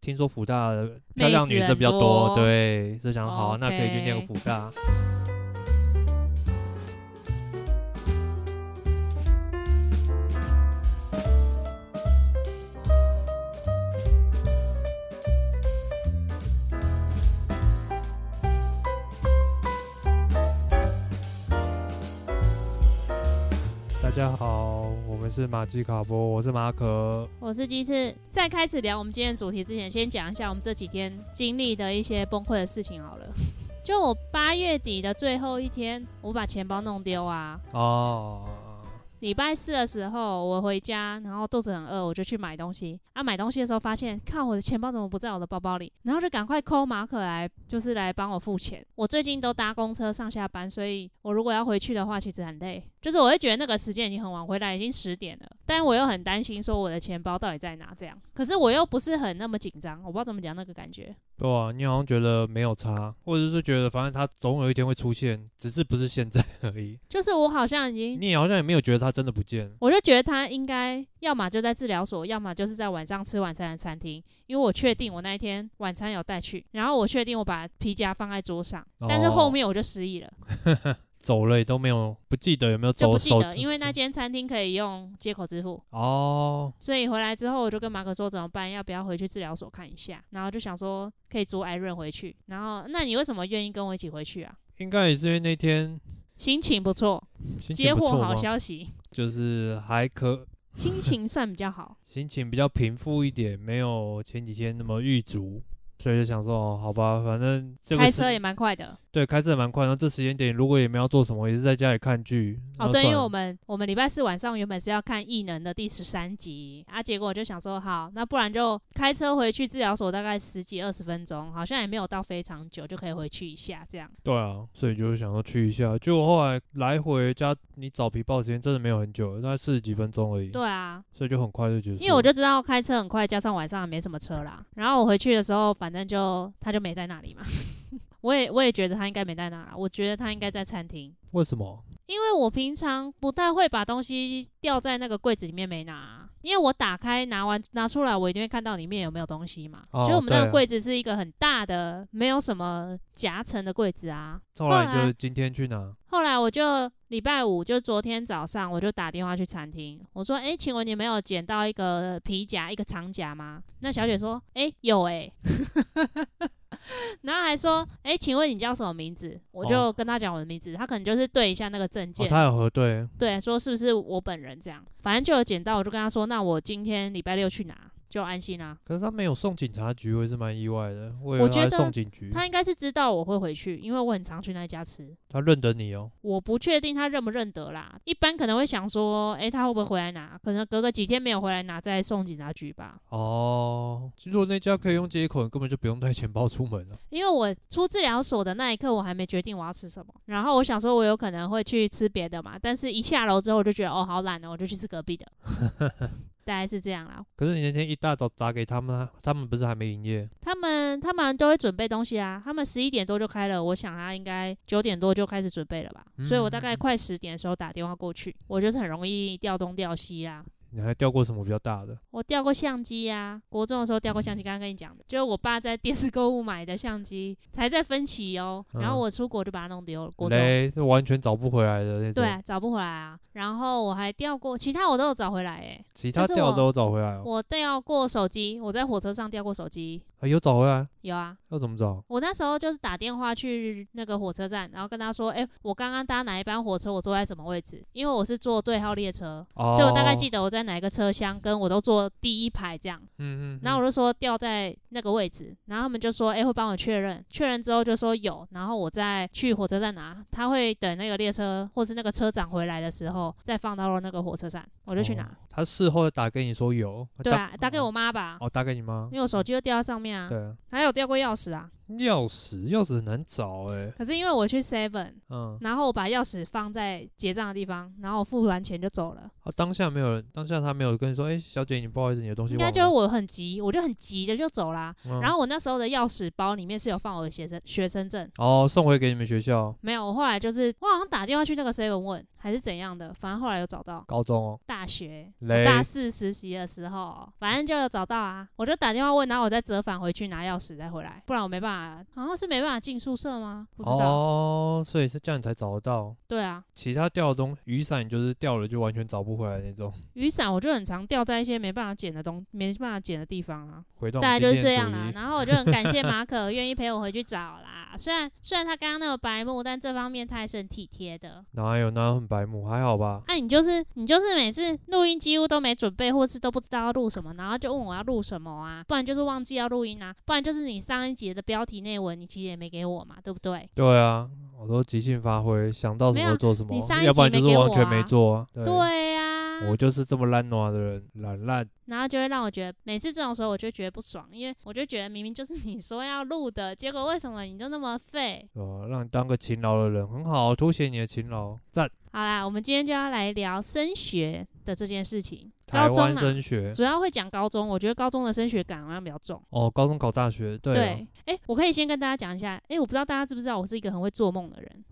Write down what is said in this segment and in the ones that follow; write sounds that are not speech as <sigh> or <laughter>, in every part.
听说福大的漂亮女生比较妹子多，很多对，就想好那可以去念个 OK 福大。大家好，我们是马吉卡波，我是马可。我是鸡翅。在开始聊我们今天的主题之前，先讲一下我们这几天经历的一些崩溃的事情好了。就我八月底的最后一天，我把钱包弄丢啊。哦，礼拜四的时候，我回家，然后肚子很饿，我就去买东西。啊，买东西的时候发现，看我的钱包怎么不在我的包包里，然后就赶快 call 马可来，就是来帮我付钱。我最近都搭公车上下班，所以我如果要回去的话，其实很累。就是我会觉得那个时间已经很晚，回来已经十点了，但我又很担心说我的钱包到底在哪这样。可是我又不是很那么紧张，我不知道怎么讲那个感觉。对啊，你好像觉得没有差，或者是觉得反正它总有一天会出现，只是不是现在 <laughs> 而已。就是我好像已经你也好像也没有觉得它真的不见。我就觉得他应该要么就在治疗所，要么就是在晚上吃晚餐的餐厅，因为我确定我那一天晚餐有带去，然后我确定我把皮夹放在桌上，但是哦后面我就失忆了，走了也都没有，不记得有没有就走不记手得，因为那间餐厅可以用接口支付，哦，所以回来之后我就跟马可说怎么办，要不要回去治疗所看一下，然后就想说可以租艾润回去，然后那你为什么愿意跟我一起回去啊？应该也是因为那天心情不错，心接情不获错嘛好，消息，就是还可心情算比较好。心情比较平复一点，没有前几天那么郁卒，所以就想说哦，好吧，反正 <laughs> 这个开是车也蛮快的对，开车也蛮快。然后这时间点如果也没有要做什么，也是在家里看剧。哦，那对，算因为了我们我们礼拜四晚上原本是要看《异能》的第十三集啊，结果我就想说，好，那不然就开车回去治疗所，大概十几二十分钟，好像也没有到非常久，就可以回去一下这样。对啊，所以就是想要去一下。结果后来来回家，你找皮包的时间真的没有很久，大概四十几分钟而已。对啊，所以就很快就结束。因为我就知道开车很快，加上晚上也没什么车啦。然后我回去的时候，反正就他就没在那里嘛， <laughs> 我也我也觉得他应该没在那啦，我觉得他应该在餐厅。为什么？因为我平常不太会把东西掉在那个柜子里面没拿，啊因为我打开拿完拿出来，我一定会看到里面有没有东西嘛。哦就我们对那个啊柜子是一个很大的，没有什么夹层的柜子啊。后后来你就来是今天去哪？后来我就礼拜五，就昨天早上，我就打电话去餐厅，我说：“诶，请问你们有捡到一个皮夹，一个长夹吗？”那小姐说：“诶，有诶。 <laughs> 然后还说：“诶，请问你叫什么名字？”我就跟她讲我的名字，她可能就是对一下那个证哦，件，他有核对，对，说是不是我本人这样，反正就有捡到，我就跟他说，那我今天礼拜六去拿，就安心啦、可是他没有送警察局，我也是蛮意外的。我以我为觉他会得送警局，他应该是知道我会回去，因为我很常去那一家吃。他认得你哦。我不确定他认不认得啦，一般可能会想说，诶，他会不会回来拿？可能隔个几天没有回来拿，再送警察局吧。哦，如果那家可以用接口，你根本就不用带钱包出门了。因为我出治疗所的那一刻，我还没决定我要吃什么。然后我想说，我有可能会去吃别的嘛，但是一下楼之后，我就觉得哦，好懒哦，我就去吃隔壁的。大概是这样啦。可是你那天一大早打给他们，他们不是还没营业？他们他们都会准备东西啊，他们十一点多就开了，我想他应该九点多就开始准备了吧，嗯所以我大概快十点的时候打电话过去，我就是很容易调东调西啦。你还掉过什么比较大的？我掉过相机啊，国中的时候掉过相机，刚刚跟你讲的，就是我爸在电视购物买的相机，才在分期哦，然后嗯我出国就把它弄丢了，国中。嘞，是完全找不回来的那种。对啊，找不回来啊。然后我还掉过，其他我都有找回来诶、其他就是掉我的都找回来哦。我掉过手机，我在火车上掉过手机，啊有找回来，有啊。要怎么找？我那时候就是打电话去那个火车站，然后跟他说：“哎、我刚刚搭哪一班火车，我坐在什么位置？因为我是坐对号列车，哦，所以我大概记得我在哪一个车厢，跟我都坐第一排这样。嗯嗯，然后我就说掉在那个位置，然后他们就说：哎、会帮我确认，确认之后就说有，然后我再去火车站拿。他会等那个列车或是那个车长回来的时候，再放到那个火车站，我我就去拿。哦他事后打给你说有，对啊，打给哦我妈吧，哦，打给你妈因。为我手机就掉在上面啊，对啊，还有掉过钥匙啊。钥匙钥匙很难找哎、可是因为我去 Seven。嗯，然后我把钥匙放在结账的地方，然后我付完钱就走了。啊，当下没有人，当下他没有跟你说，哎、小姐，你不好意思，你的东西应忘该了。就是我很急，我就很急的就走啦、发。嗯然后我那时候的钥匙包里面是有放我的学生学生证，哦，送回给你们学校没有。我后来就是我好像打电话去那个 seven 问还是怎样的，反正后来有找到。高中哦，大学嘞我大四实习的时候，反正就有找到啊，我就打电话问，然后我再折返回去拿钥匙再回来，不然我没办法，好像是没办法进宿舍吗？不知道，哦，所以是这样你才找得到。对啊，其他掉的东雨伞，你就是掉了就完全找不回来那种。 <laughs> 雨伞我就很常掉在一些没办法捡的东，没办法捡的地方啊，回到大我概们就是今这天样啊的主啦。题然后我就很感 <laughs> 谢马可愿意陪我回去找啦，虽然虽然他刚刚那个白目，但这方面他还是很体贴的。哪有哪有很白目，还好吧？那、你就是你就是每次录音几乎都没准备，或是都不知道要录什么，然后就问我要录什么啊，不然就是忘记要录音啊，不然就是你上一集的标题内文你其实也没给我嘛，对不对？对啊，我都即兴发挥，想到什没么有就做什么你上，一要不然集没就是给完我全啊没做啊。对对呀、我就是这么烂惰的人，懒烂。然后就会让我觉得每次这种时候我就觉得不爽，因为我就觉得明明就是你说要录的，结果为什么你就那么废？对吧？哦让你当个勤劳的人很好，凸显你的勤劳。赞，好啦，我们今天就要来聊升学的这件事情，台高中啊湾啦，升学主要会讲高中，我觉得高中的升学感好像比较重。哦，高中考大学，对啊、对，哎、我可以先跟大家讲一下，哎、我不知道大家知不知道，我是一个很会做梦 <laughs> 的人，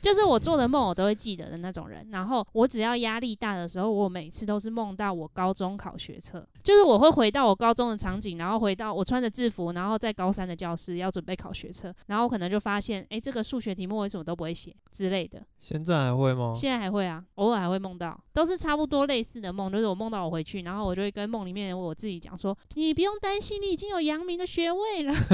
就是我做的梦我都会记得的那种人。然后我只要压力大的时候，我每次都是梦到我高中考学测，就是我会回到我高中的场景，然后回到我穿着制服，然后在高三的教室要准备考学测，然后我可能就发现，哎、这个数学题目为什么都不会写之类的。现在还会吗？现在还会啊，偶尔还会梦到，都是差不多类似的梦，就是我梦到我回去，然后我就会跟梦里面的我自己讲说，你不用担心，你已经有阳明的学位了。 <laughs>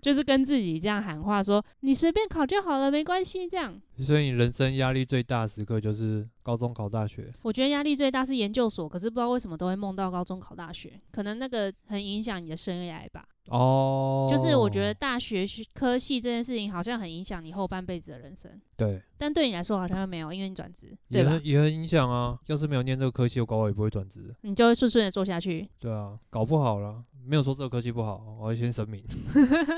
就是跟自己这样喊话说，你随便考就好了，没关系。这样，所以你人生压力最大的时刻就是高中考大学，我觉得压力最大是研究所，可是不知道为什么都会梦到高中考大学，可能那个很影响你的生涯吧。哦，就是我觉得大学学科系这件事情好像很影响你后半辈子的人生，对，但对你来说好像又没有，因为你转职，对也吧很？也很影响啊。要是没有念这个科系，我搞不好也不会转职。你就会顺顺的做下去，对啊，搞不好啦。没有说这个科系不好，我要先声 <laughs> 明，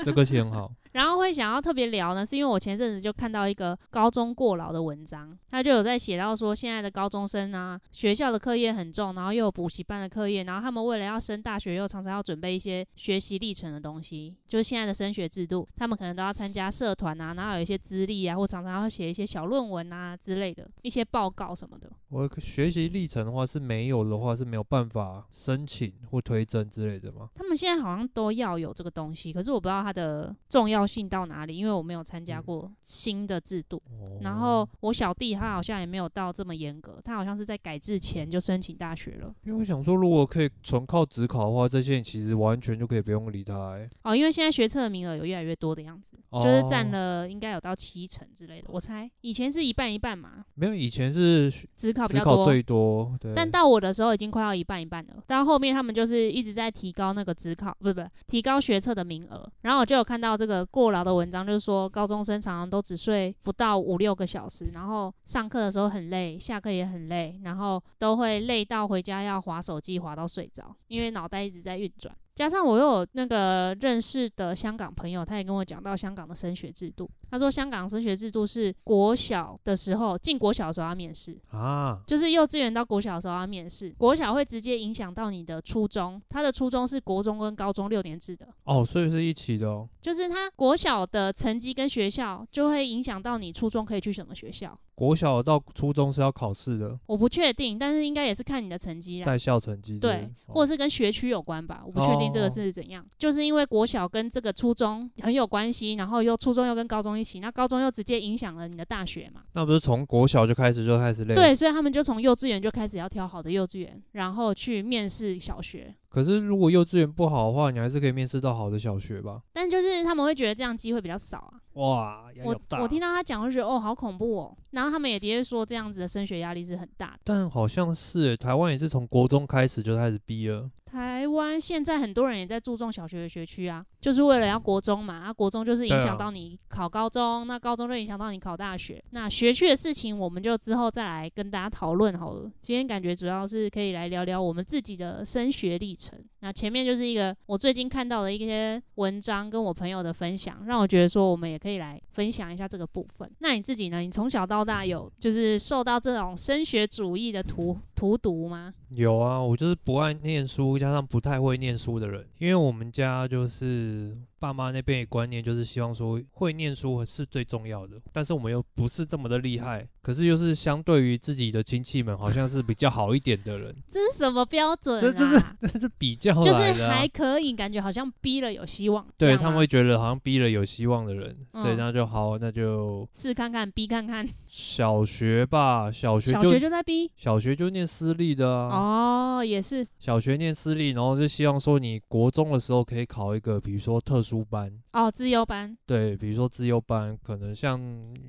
这科系很好。然后会想要特别聊呢，是因为我前阵子就看到一个高中过劳的文章，他就有在写到说，现在的高中生啊，学校的课业很重，然后又有补习班的课业，然后他们为了要升大学，又常常要准备一些学习历程的东西，就是现在的升学制度，他们可能都要参加社团啊，然后有一些资历啊，或常常要写一些小论文啊之类的一些报告什么的。我的学习历程的话是没有的话是没有办法申请或推甄之类的吗？他们现在好像都要有这个东西，可是我不知道它的重要性到哪里，因为我没有参加嗯过新的制度。哦然后我小弟他好像也没有到这么严格，他好像是在改制前就申请大学了因为我想说，如果可以纯靠职考的话，这些你其实完全就可以不用理他、欸。哦哦，因为现在学测的名额有越来越多的样子，就是占了应该有到七成之类的，我猜以前是一半一半嘛，没有以前是学只考比职较考多。最多，对，但到我的时候已经快要一半一半了，到后面他们就是一直在提高那个职考，不是不是提高学测的名额。然后我就有看到这个过劳的文章，就是说高中生常常都只睡不到五六个小时，然后上课的时候很累，下课也很累，然后都会累到回家要划手机划到睡着，因为脑袋一直在运转。加上我又有那个认识的香港朋友，他也跟我讲到香港的升学制度。他说香港升学制度是国小的时候进国小的时候要面试，啊，就是幼稚园到国小的时候要面试，国小会直接影响到你的初中，他的初中是国中跟高中六年制的，哦，所以是一起的哦。就是他国小的成绩跟学校就会影响到你初中可以去什么学校。国小到初中是要考试的，我不确定，但是应该也是看你的成绩啦。在校成绩之类的对，哦或者是跟学区有关吧，我不确定这个是怎样。就是因为国小跟这个初中很有关系，然后又初中又跟高中一起，那高中又直接影响了你的大学嘛。那不是从国小就开始就开始累？。对，所以他们就从幼稚园就开始要挑好的幼稚园，然后去面试小学。可是如果幼稚园不好的话，你还是可以面试到好的小学吧？但就是他们会觉得这样机会比较少啊。哇，压力我好大我听到他讲，我就觉得哦，好恐怖哦。然后他们也的确说，这样子的升学压力是很大的。但好像是欸台湾也是从国中开始就开始逼了。台湾现在很多人也在注重小学的学区啊，就是为了要国中嘛，啊，国中就是影嗯对响啊到你考高中，那高中就影响到你考大学。那学区的事情，我们就之后再来跟大家讨论好了。今天感觉主要是可以来聊聊我们自己的升学历程。那前面就是一个我最近看到的一些文章，跟我朋友的分享，让我觉得说我们也可以来分享一下这个部分。那你自己呢？你从小到大有就是受到这种升学主义的荼荼毒吗？有啊，我就是不爱念书，加上不太会念书的人，因为我们家就是爸妈那边的观念就是希望说会念书是最重要的，但是我们又不是这么的厉害，可是又是相对于自己的亲戚们好像是比较好一点的 <laughs> 人，这是什么标准、啊？这就是这就比较就来是的啊、还可以，感觉好像逼了有希望。这对样他们吗会觉得好像逼了有希望的人，所以嗯那就好，那就试看看，逼看看。小学吧，小学小就学就在逼小学就念私立的啊。哦，也是小学念私立，然后就希望说你国中的时候可以考一个，比如说特殊班，哦，自由班对，比如说自优班，可能像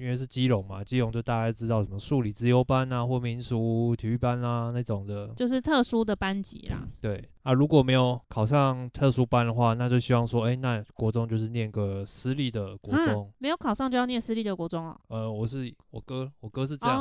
因为是基隆嘛，基隆就大概知道什么数理自优班啊，或民俗体育班啊那种的，就是特殊的班级啦。对啊，如果没有考上特殊班的话，那就希望说，哎、那国中就是念个私立的国中啊，，没有考上就要念私立的国中哦。呃，我是我哥，我哥是这样。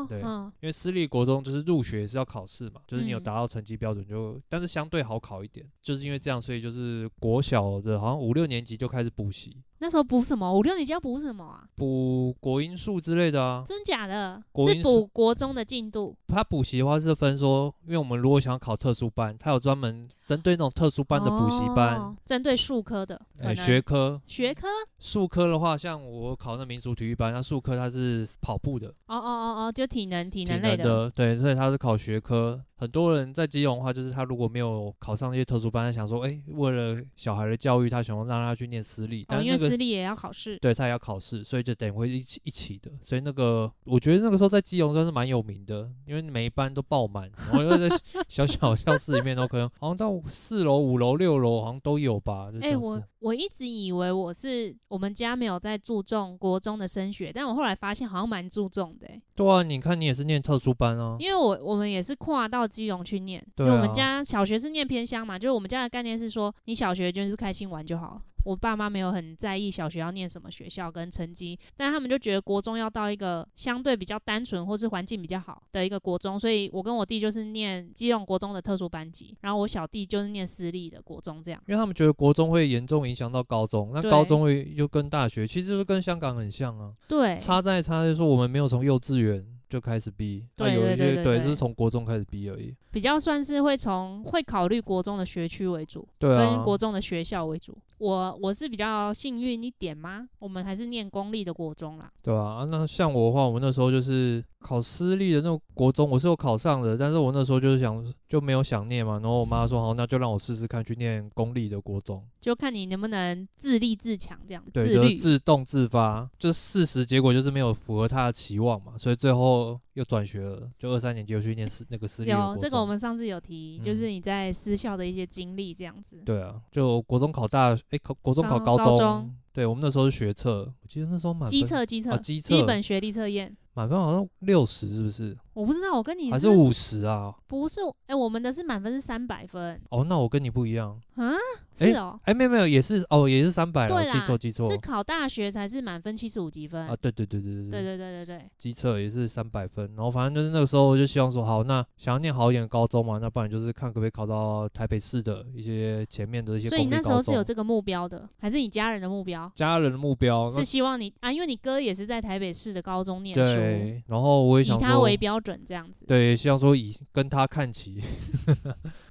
哦，对嗯，因为私立国中就是入学是要考试嘛，就是你有嗯达到成绩标准就，但是相对好考一点，就是因为这样，所以就是国小的好像五六年级就开始补习，那时候补什么？五六年级要补什么啊？补国英数之类的啊。真假的？国是英补国中的进度他补习的话是分说，因为我们如果想要考特殊班，他有专门针对那种特殊班的补习班哦，针对数科的，可呃，能学科学科。数科的话，像我考那民俗体育班，那数科它是跑步的，哦哦哦哦，就体能体体能能类的。哦的，对，所以他是考学科。很多人在基隆的话，就是他如果没有考上那些特殊班，他想说，哎、为了小孩的教育，他想要让他去念私立，但哦，是因那为个、私立也要考试。对他也要考试，所以就等于会一起一起的。所以那个我觉得那个时候在基隆算是蛮有名的，因为每一班都爆满，然后又在小小教室里面都可能好像到四楼、五楼、六楼好像都有吧。就哎、教我室我一直以为我是我们家没有在注重国中的升学，但我后来发现好像蛮注重的、欸，对啊，你看你也是念特殊班啊，因为我我们也是跨到基隆去念，对就我啊们家小学是念偏乡嘛，就是我们家的概念是说，你小学就是开心玩就好。我爸妈没有很在意小学要念什么学校跟成绩，但他们就觉得国中要到一个相对比较单纯或是环境比较好的一个国中，所以我跟我弟就是念基隆国中的特殊班级，然后我小弟就是念私立的国中这样。因为他们觉得国中会严重影响到高中，那对高中会又跟大学，其实就是跟香港很像啊。对，差在差在说我们没有从幼稚园就开始逼，那对有一些对对对对，对就是从国中开始逼而已。比较算是会从会考虑国中的学区为主，对啊跟，国中的学校为主。我我是比较幸运一点吗？我们还是念公立的国中啦。对啊啊。那像我的话，我那时候就是考私立的那种国中，我是有考上的，但是我那时候就是想就没有想念嘛，然后我妈说好，那就让我试试看去念公立的国中，就看你能不能自立自强，这样自对，就是律。自动自发，就事实结果就是没有符合她的期望嘛，所以最后又转学了，就二三年级又去念私那个私立的国有中。这个，我们上次有提，嗯就是你在私校的一些经历，这样子。对啊，就国中考大，诶，考国中考高高中，高中对我们那时候是学测，我记得那时候满分机测、机测、啊，机测基本学历测验，满分好像六十是不是？我不知道，我跟你还是是不是五十啊？不是？哎、我们的是满分是三百分哦，那我跟你不一样，啊，是哎哦，哎，没有没有，也是哦，也是三百了，我对记啦，错记错是考大学才是满分七十五积分。啊，对对对对对对对对对对，机测也是三百分，然后反正就是那个时候就希望说，好，那想要念好一点的高中嘛，那不然就是看可不可以考到台北市的一些前面的一些所公以立你那时高候是中。有这个目标的，还是你家人的目标？家人的目标，那是希望你啊，因为你哥也是在台北市的高中念书，对，然后我也以想他说为，标准这样子。对，希望说以跟他看齐， <laughs>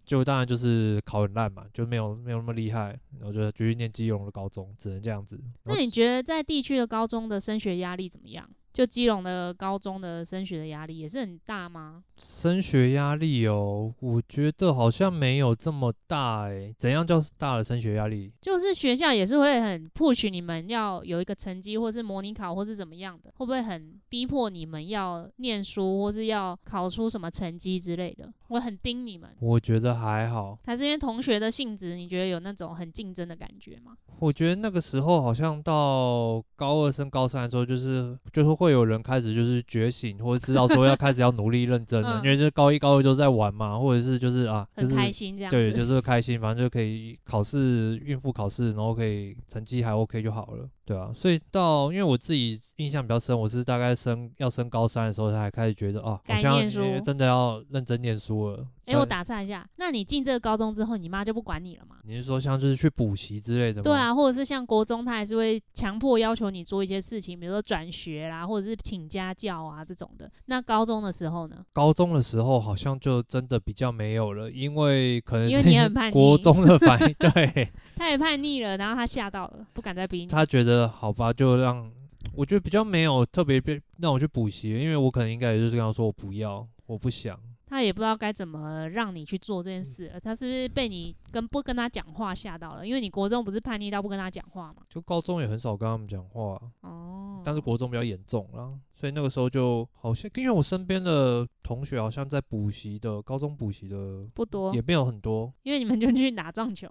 就当然就是考很烂嘛，就没有没有那么厉害，然后就继续念基隆的高中，只能这样子。那你觉得在地区的高中的升学压力怎么样？就基隆的高中的升学的压力也是很大吗？升学压力哦，我觉得好像没有这么大诶、怎样叫大的升学压力？就是学校也是会很 push 你们要有一个成绩，或是模拟考，或是怎么样的，会不会很逼迫你们要念书，或是要考出什么成绩之类的？我很盯你们，我觉得还好。还是因为同学的性质，你觉得有那种很竞争的感觉吗？我觉得那个时候好像到高二升高三的时候，就是就是会有人开始就是觉醒，或者知道说要开始要努力认真了， <laughs> 因嗯为就是高一高二都在玩嘛，或者是就是啊，就很是开心这样子。对，就是开心，反正就可以考试，孕妇考试，然后可以成绩还 OK 就好了。对啊，所以到因为我自己印象比较深，我是大概升要升高三的时候才开始觉得啊，好该像念书呃真的要认真念书了。哎、我，打岔一下，那你进这个高中之后，你妈就不管你了吗？你是说像就是去补习之类的吗？对，啊，或者是像国中，她还是会强迫要求你做一些事情，比如说转学啦，或者是请家教啊这种的。那高中的时候呢？高中的时候好像就真的比较没有了，因为可能因为是你很叛逆 <laughs> 国中的反 <laughs> 应，对她也叛逆了，然后她吓到了，不敢再逼你。他觉得好吧，就让我觉得比较没有特别被让我去补习，因为我可能应该也就是跟他说我不要，我不想。她也不知道该怎么让你去做这件事了。她是不是被你跟不跟她讲话吓到了？因为你国中不是叛逆到不跟她讲话嘛？就高中也很少跟他们讲话，啊哦，但是国中比较严重啦，所以那个时候就好像，因为我身边的同学好像在补习的，高中补习的不多也，没有很多。因为你们就去打撞球，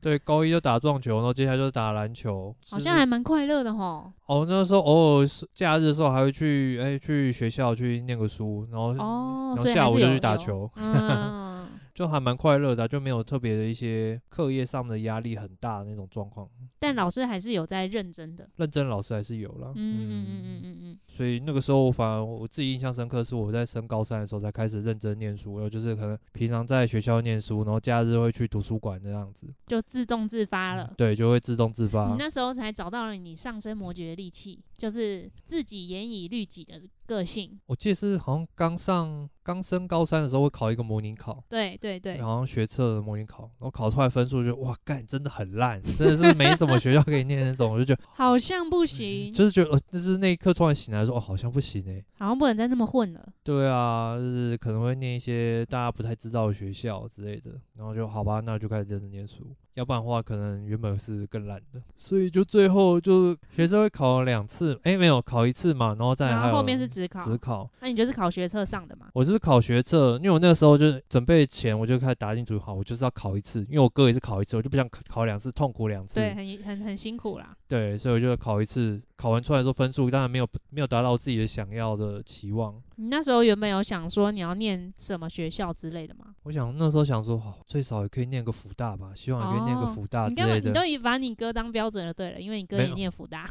对，高一就打撞球，然后接下来就是打篮球，好是像还蛮快乐的吼。哦，那时候偶尔是假日的时候还会去哎、去学校去念个书，然 <laughs> 后、哦然，后所以下还午是就有去打有球嗯， <laughs> 就还蛮快乐的啊、就没有特别的一些课业上面的压力很大的那种状况。但老师还是有在认真的。认真老师还是有啦，嗯嗯嗯嗯嗯嗯，所以那个时候，反而我自己印象深刻是我在升高三的时候才开始认真念书，然后就是可能平常在学校念书，然后假日会去图书馆这样子，就自动自发了。对，就会自动自发你。那时候才找到了你上升摩羯的利器，就是自己严以律己的个性。我记得是好像刚上刚升高三的时候会考一个模拟考，对对对，好像学测的模拟考，然后考出来分数就哇干，真的很烂，真的是没什么学校可以念那种，我就觉得好像不嗯行，就是觉得呃，就是那一刻突然醒来说哦，好像不行哎、好像不能再那么混了。对啊，就是可能会念一些大家不太知道的学校之类的，然后就好吧，那就开始认真念书。要不然的话，可能原本是更烂的，所以就最后就是学生会考两次，哎、没有考一次嘛，然后再来然还后有后面是职考，职考。那你就是考学测上的嘛？我就是考学测，因为我那个时候就是准备前我就开始打进主好，我就是要考一次，因为我哥也是考一次，我就不想考考两次，痛苦两次。对，很很很辛苦啦。对，所以我就考一次，考完出来的时候分数当然没有没有达到自己的想要的期望，你那时候原本有想说你要念什么学校之类的吗？我想那时候想说，好、最少也可以念个福大吧，希望也可以念个哦福大你啊之干嘛？类你的。都已把你哥当标准了，对了，因为你哥没也有念福大，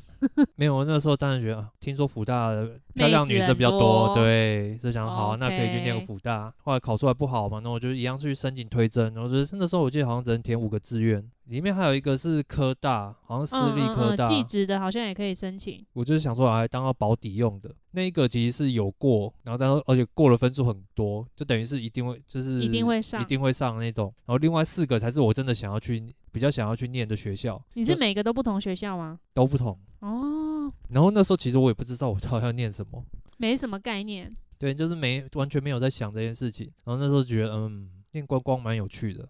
没有，那时候当然觉得，啊、听说福大的漂妹亮子女生很比较多对，就想好、那可以去念 OK 个福大。后来考出来不好嘛，那我就一样去申请推甄，然后就是那时候我记得好像只能填五个志愿，里面还有一个是科大，好像私立科大。嗯嗯嗯、技职的好像也可以申请。我就是想说，哎，当到保底用的那一个其实是有过，然后但是而且过了分数很多，就等于是一定会就是一定会上一定会上的那种。然后另外四个才是我真的想要去比较想要去念的学校，你是就每个都不同学校吗？都不同。哦，然后那时候其实我也不知道我到底要念什么，没什么概念。 <laughs> 对，就是没完全没有在想这件事情。然后那时候觉得，嗯，念观光蛮有趣 <laughs> 的，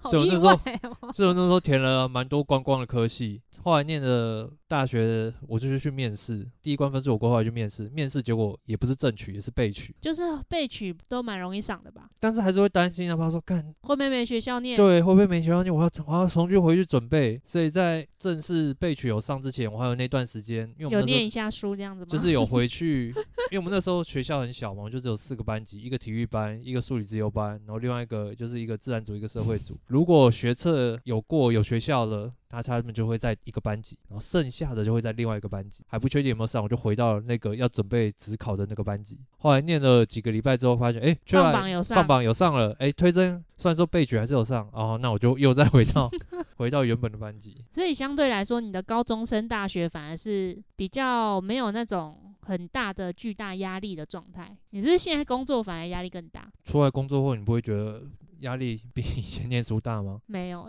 好所以我意那时候外哦。 <laughs> 所以我那时候填了蛮多观光的科系，后来念的大学我就是去面试，第一关分数我过后来去面试，面试结果也不是正取，也是被取，就是被取都蛮容易上的吧？但是还是会担心啊，怕说干会妹妹学校念，对会不会没学到念，我要我要重新回去准备，所以在正式被取有上之前，我还有那段时间，因为我有们那时念候一下书这样子吗？就是有 <laughs> 回去，因为我们那时候学校很小嘛，我们就只有四个班级，一个体育班，一个数理自由班，然后另外一个就是一个自然组，一个社会组。如果学测有过有学校了，那他们就会在一个班级，然后剩下的就会在另外一个班级。还不确定有没有上，我就回到那个要准备职考的那个班级。后来念了几个礼拜之后，发现哎，诶居放然榜有上，放榜有上了，哎，推甄虽然说被取还是有上，哦，那我就又再回 <laughs> 到回到原本的班级。所以相对来说，你的高中升大学反而是比较没有那种很大的巨大压力的状态。你是不是现在工作反而压力更大？出来工作后，你不会觉得压力比以前念书大 <laughs> 吗？没有，哦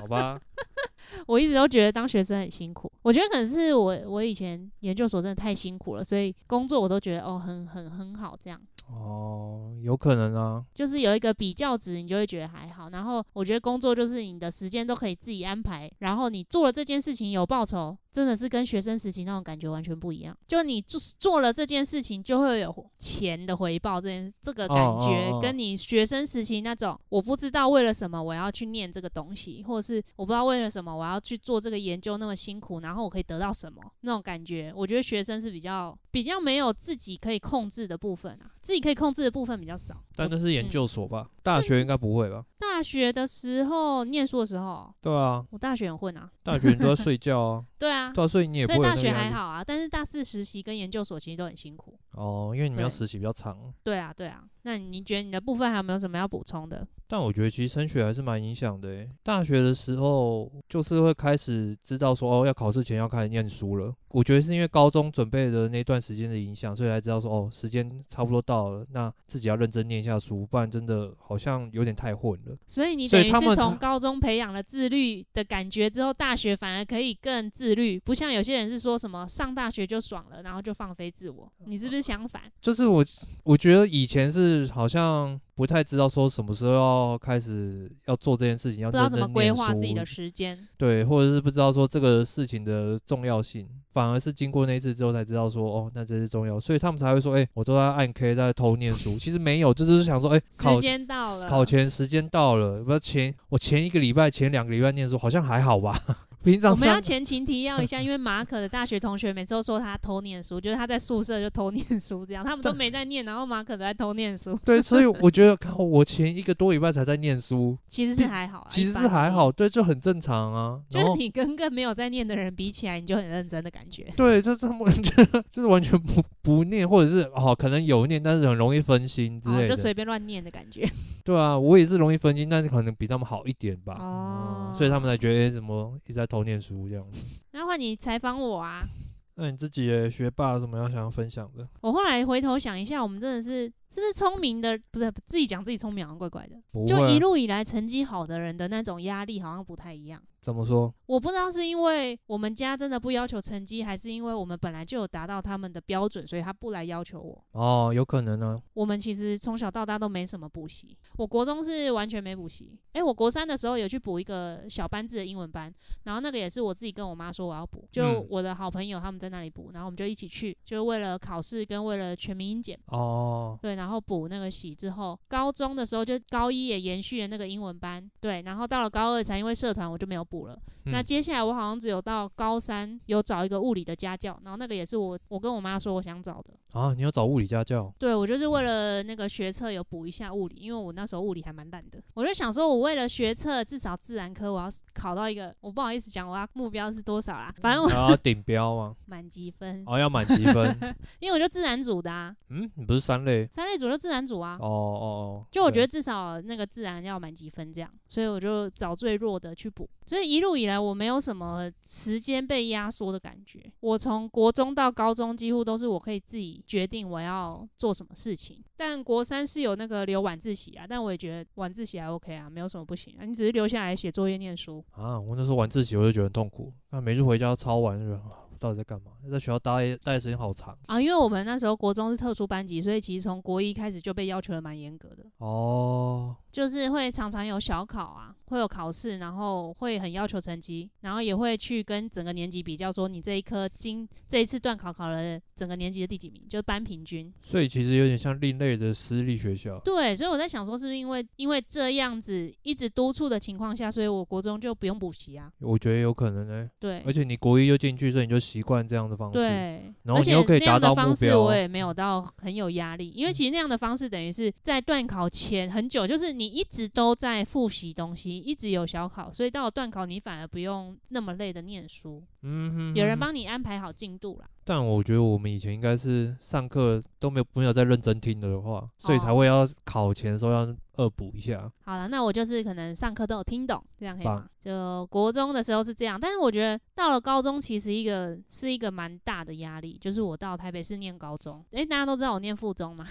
好吧。我一直都觉得当学生很辛苦。我觉得可能是我我以前研究所真的太辛苦了，所以工作我都觉得哦很很很好这样。哦，有可能啊。就是有一个比较值，你就会觉得还好。然后我觉得工作就是你的时间都可以自己安排，然后你做了这件事情有报酬，真的是跟学生时期那种感觉完全不一样。就你做做了这件事情，就会有钱的回报，这件这个感觉哦哦哦跟你学生时期那种我不知道为了什么我要去念这个东西，或者是我不知道为了什么我要去做这个研究那么辛苦，然后我可以得到什么那种感觉。我觉得学生是比较比较没有自己可以控制的部分啊，自己可以控制的部分比较少。但我那是研究所吧？嗯大学应该不会吧？大学的时候念书的时候，对啊，我大学很混啊，大学你都在睡觉 <laughs> 啊，对啊，对啊，所以你也不所会有以大那个学压力还好啊，但是大四实习跟研究所其实都很辛苦。哦，因为你们要对实习比较长。对啊，对啊。那你觉得你的部分还有没有什么要补充的？但我觉得其实升学还是蛮影响的诶。大学的时候就是会开始知道说哦，要考试前要开始念书了。我觉得是因为高中准备的那段时间的影响，所以才知道说哦，时间差不多到了，那自己要认真念一下书，不然真的好像有点太混了。所以你所等以于他是们从才高中培养了自律的感觉之后，大学反而可以更自律，不像有些人是说什么上大学就爽了，然后就放飞自我。你是不是相反？就是我，我觉得以前是好像不太知道说什么时候要开始要做这件事情，要不知道认怎么真规念划书，自己的时间。对，或者是不知道说这个事情的重要性，反而是经过那一次之后才知道说，哦，那这是重要，所以他们才会说，哎、我都在暗 K，在偷念书。其实没有，这就是想说，哎、考时间到了，考前时间到了，不是前我前一个礼拜、前两个礼拜念书好像还好吧， <laughs> 平我常们要上前情提要一 <laughs> 下，因为马可的大学同学每次都说他偷念书，就是他在宿舍就偷念书这样，他们都但没在念，然后马可都在偷 <laughs> 念书，对，所以我觉得靠我前一个多礼拜才在念书，其实是还好啦，<laughs> 啊其实哦一般是还好，。对，就很正常啊。就然是后你跟更没有在念的人比起来，你就很认真的感觉。对，就这么 <laughs> 就是完全不不念，或者是哦，可能有念，但是很容易分心之哦，类的。就随便乱念的感觉。 <laughs> 对啊，我也是容易分心，但是可能比他们好一点吧。哦嗯所以他们才觉得、诶怎么一直在偷念书这样子。那换你采访我啊！那你自己的学霸有什么要想要分享的？我后来回头想一下，我们真的是是不是聪明的？不是自己讲自己聪明，好像怪怪的。不就会一啊路以来成绩好的人的那种压力，好像不太一样。怎么说？我不知道是因为我们家真的不要求成绩，还是因为我们本来就有达到他们的标准，所以他不来要求我。哦，有可能呢、我们其实从小到大都没什么补习，我国中是完全没补习。诶，我国三的时候有去补一个小班制的英文班，然后那个也是我自己跟我妈说我要补，就嗯我的好朋友他们在那里补，然后我们就一起去，就是为了考试跟为了全民英检。哦，对，然后补那个习之后，高中的时候就高一也延续了那个英文班，对，然后到了高二才因为社团我就没有补了。那嗯接下来我好像只有到高三有找一个物理的家教，然后那个也是我我跟我妈说我想找的，啊，你要找物理家教？对我就是为了那个学测有补一下物理，因为我那时候物理还蛮烂的，我就想说我为了学测至少自然科我要考到一个，我不好意思讲我要目标是多少啦，反正我然 <laughs> 后啊顶标吗？满积分，哦，要满积 <laughs> 分。因为我就自然组的啊，嗯，你不是三类？三类组就自然组啊哦，哦哦，就我觉对得至少那个自然要满几分这样，所以我就找最弱的去补。所以一路以来我没有什么时间被压缩的感觉。我从国中到高中几乎都是我可以自己决定我要做什么事情。但国三是有那个留晚自习啊，但我也觉得晚自习还 OK 啊，没有什么不行啊。你只是留下来写作业、念书，啊，我那时候晚自习我就觉得很痛苦，那每次回家超晚，就觉得啊我到底在干嘛？在学校待待的时间好长。啊，因为我们那时候国中是特殊班级，所以其实从国一开始就被要求的蛮严格的，哦，就是会常常有小考啊，会有考试，然后会很要求成绩，然后也会去跟整个年级比较，说你这一科今这一次段考考了整个年级的第几名，就是班平均。所以其实有点像另类的私立学校。对，所以我在想说，是不是因为因为这样子一直督促的情况下，所以我国中就不用补习啊？我觉得有可能呢、对而。且你国一就进去，所以你就习惯这样的方式。对，然后而你且又可以那样达到的方目式，标嗯我也没有到很有压力，因为其实那样的方式等于是在段考前很久，就是你一直都在复习东西，一直有小考，所以到了段考你反而不用那么累的念书。嗯哼有人哼。帮你安排好进度啦。但我觉得我们以前应该是上课都没有没有在认真听的话，所以才哦会要考前的时候要恶补一下。好了，那我就是可能上课都有听懂，这样可以吗棒？就国中的时候是这样，但是我觉得到了高中，其实一个是一个蛮大的压力，就是我到台北市念高中，诶、大家都知道我念附中嘛，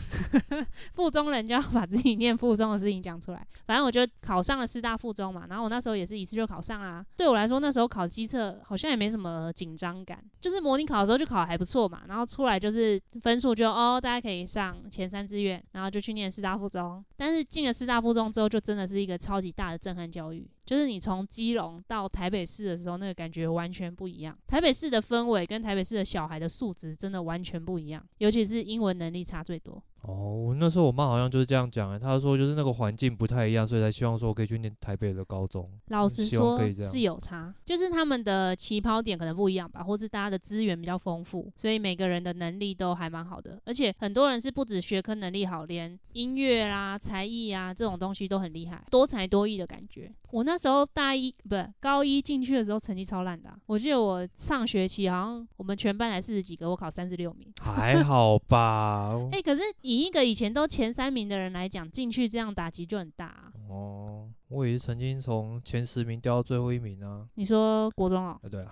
附中人就要把自己念附中的事情讲出来。 <laughs> 反正我就考上了师大附中嘛，然后我那时候也是一次就考上啦。对我来说，那时候考机测好像也没什么紧张感，就是模拟考的时候就考得还不错嘛，然后出来就是分数就哦，大家可以上前三志愿，然后就去念师大附中。但是进了师大附中之后，就真的是一个超级大的震撼教育，就是你从基隆到台北市的时候，那个感觉完全不一样。台北市的氛围跟台北市的小孩的素质真的完全不一样，尤其是英文能力差最多。哦，那时候我妈好像就是这样讲、欸，她说就是那个环境不太一样，所以才希望说我可以去念台北的高中。老实嗯希望说可以这样是有差，就是他们的起跑点可能不一样吧，或是大家的资源比较丰富，所以每个人的能力都还蛮好的。而且很多人是不止学科能力好，连音乐啦、才艺啊这种东西都很厉害，多才多艺的感觉。我那时候大一不是高一进去的时候成绩超烂的啊、我记得我上学期好像我们全班才四十几个，我考三十六名。还好吧？哎、可是以一个以前都前三名的人来讲，进去这样打击就很大、啊。哦，我也是曾经从前十名掉到最后一名啊。你说国中哦？啊，对啊，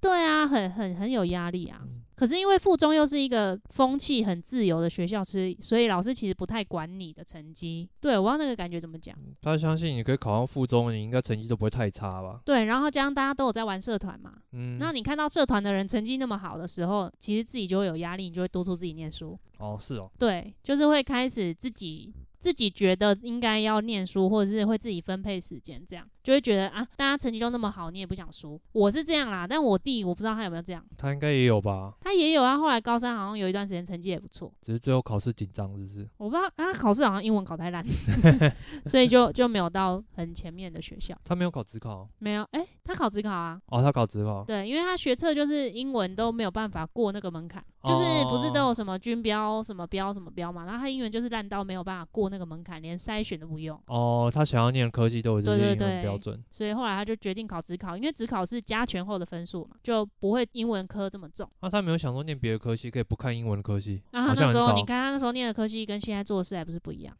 对啊，很很很有压力啊。嗯可是因为附中又是一个风气很自由的学校，所以所以老师其实不太管你的成绩。对我忘那个感觉怎么讲。他相信你可以考上附中，你应该成绩都不会太差吧？对，然后加上大家都有在玩社团嘛，嗯，那你看到社团的人成绩那么好的时候，其实自己就会有压力，你就会督促自己念书。哦是哦，对，就是会开始自己自己觉得应该要念书，或者是会自己分配时间，这样就会觉得啊，大家成绩都那么好，你也不想输。我是这样啦，但我弟我不知道他有没有这样，他应该也有吧？他也有啊。后来高三好像有一段时间成绩也不错，只是最后考试紧张是不是？我不知道啊，考试好像英文考太烂，所以就就没有到很前面的学校。他没有考职考啊没有，诶，他考职考啊，哦，他考职考，对，因为他学测就是英文都没有办法过那个门槛，就是不是都有什么军标、什么标、什么标嘛，然后他英文就是烂到没有办法过那个门槛，连筛选都不用，哦，他想要念的科技都有这对些对英文对标准。所以后来他就决定考职考，因为职考是加权后的分数嘛，就不会英文科这么重。那、啊他没有想说念别的科系，可以不看英文的科系，然后好啊他像那很时候，少。你看他那时候念的科系跟现在做的事还不是不一 <laughs> 样。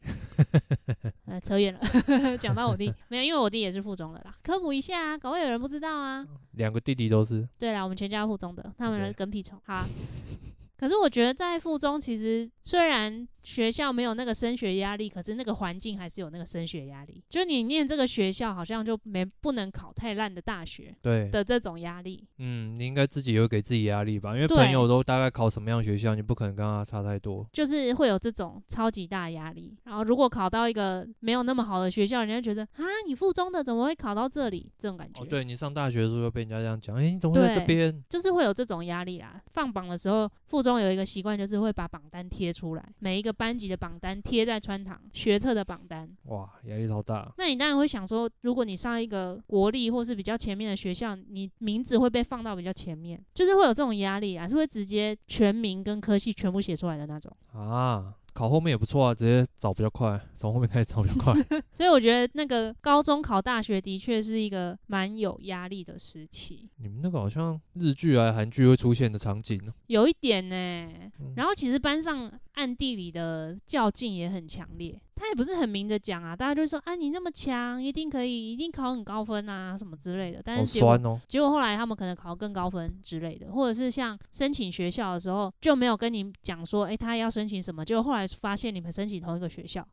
呃，扯远了， <laughs> 讲到我弟，没有，因为我弟也是附中的啦。科普一下啊，搞不好有人不知道啊。两个弟弟都是，对啦，我们全家附中的，他们的哦 OK 跟屁虫。好啊、可是我觉得在附中，其实虽然学校没有那个升学压力，可是那个环境还是有那个升学压力。就是你念这个学校，好像就没不能考太烂的大学对，的这种压力。嗯，你应该自己也会给自己压力吧？因为对朋友都大概考什么样的学校，你不可能跟他差太多。就是会有这种超级大的压力。然后如果考到一个没有那么好的学校，人家觉得啊，你附中的怎么会考到这里？这种感觉，哦，对你上大学的时候被人家这样讲，哎、你怎么会在这对边？就是会有这种压力啦。放榜的时候，附中有一个习惯，就是会把榜单贴出来，每一个班级的榜单贴在穿堂学测的榜单。哇，压力超大。那你当然会想说，如果你上一个国立或是比较前面的学校，你名字会被放到比较前面，就是会有这种压力啊，是会直接全名跟科系全部写出来的那种。啊，考后面也不错啊，直接找比较快，从后面开始找比较快。 <laughs> 所以我觉得那个高中考大学的确是一个蛮有压力的时期，你们那个好像日剧啊、韩剧会出现的场景哦，有一点呢、嗯然后其实班上暗地里的较劲也很强烈，他也不是很明着讲啊，大家就说啊你那么强，一定可以，一定考很高分啊什么之类 <laughs> 的。但好是结果、酸哦。结果后来他们可能考更高分之类的，或者是像申请学校的时候就没有跟你讲说，诶，他要申请什么，结果后来发现你们申请同一个学校，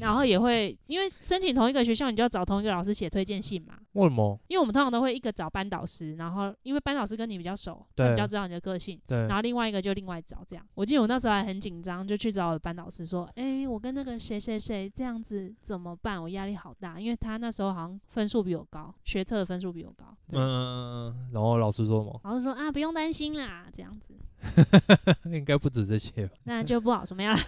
然后也会因为申请同一个学校，你就要找同一个老师写推荐信嘛。为什么？因为我们通常都会一个找班导师，然后因为班导师跟你比较熟，他对比较知道你的个性，对然，后另外一个就另外找这样。我记得我那时候还很紧张，就去找我的班导师说：“诶，我跟那个谁谁谁这样子怎么办？我压力好大，因为他那时候好像分数比我高，学测的分数比我高。”嗯嗯嗯嗯嗯。然后老师说什么？ <laughs> 然后说啊，不用担心啦，这样子，应该不止这些吧？那就不好说没 <laughs> 有啦，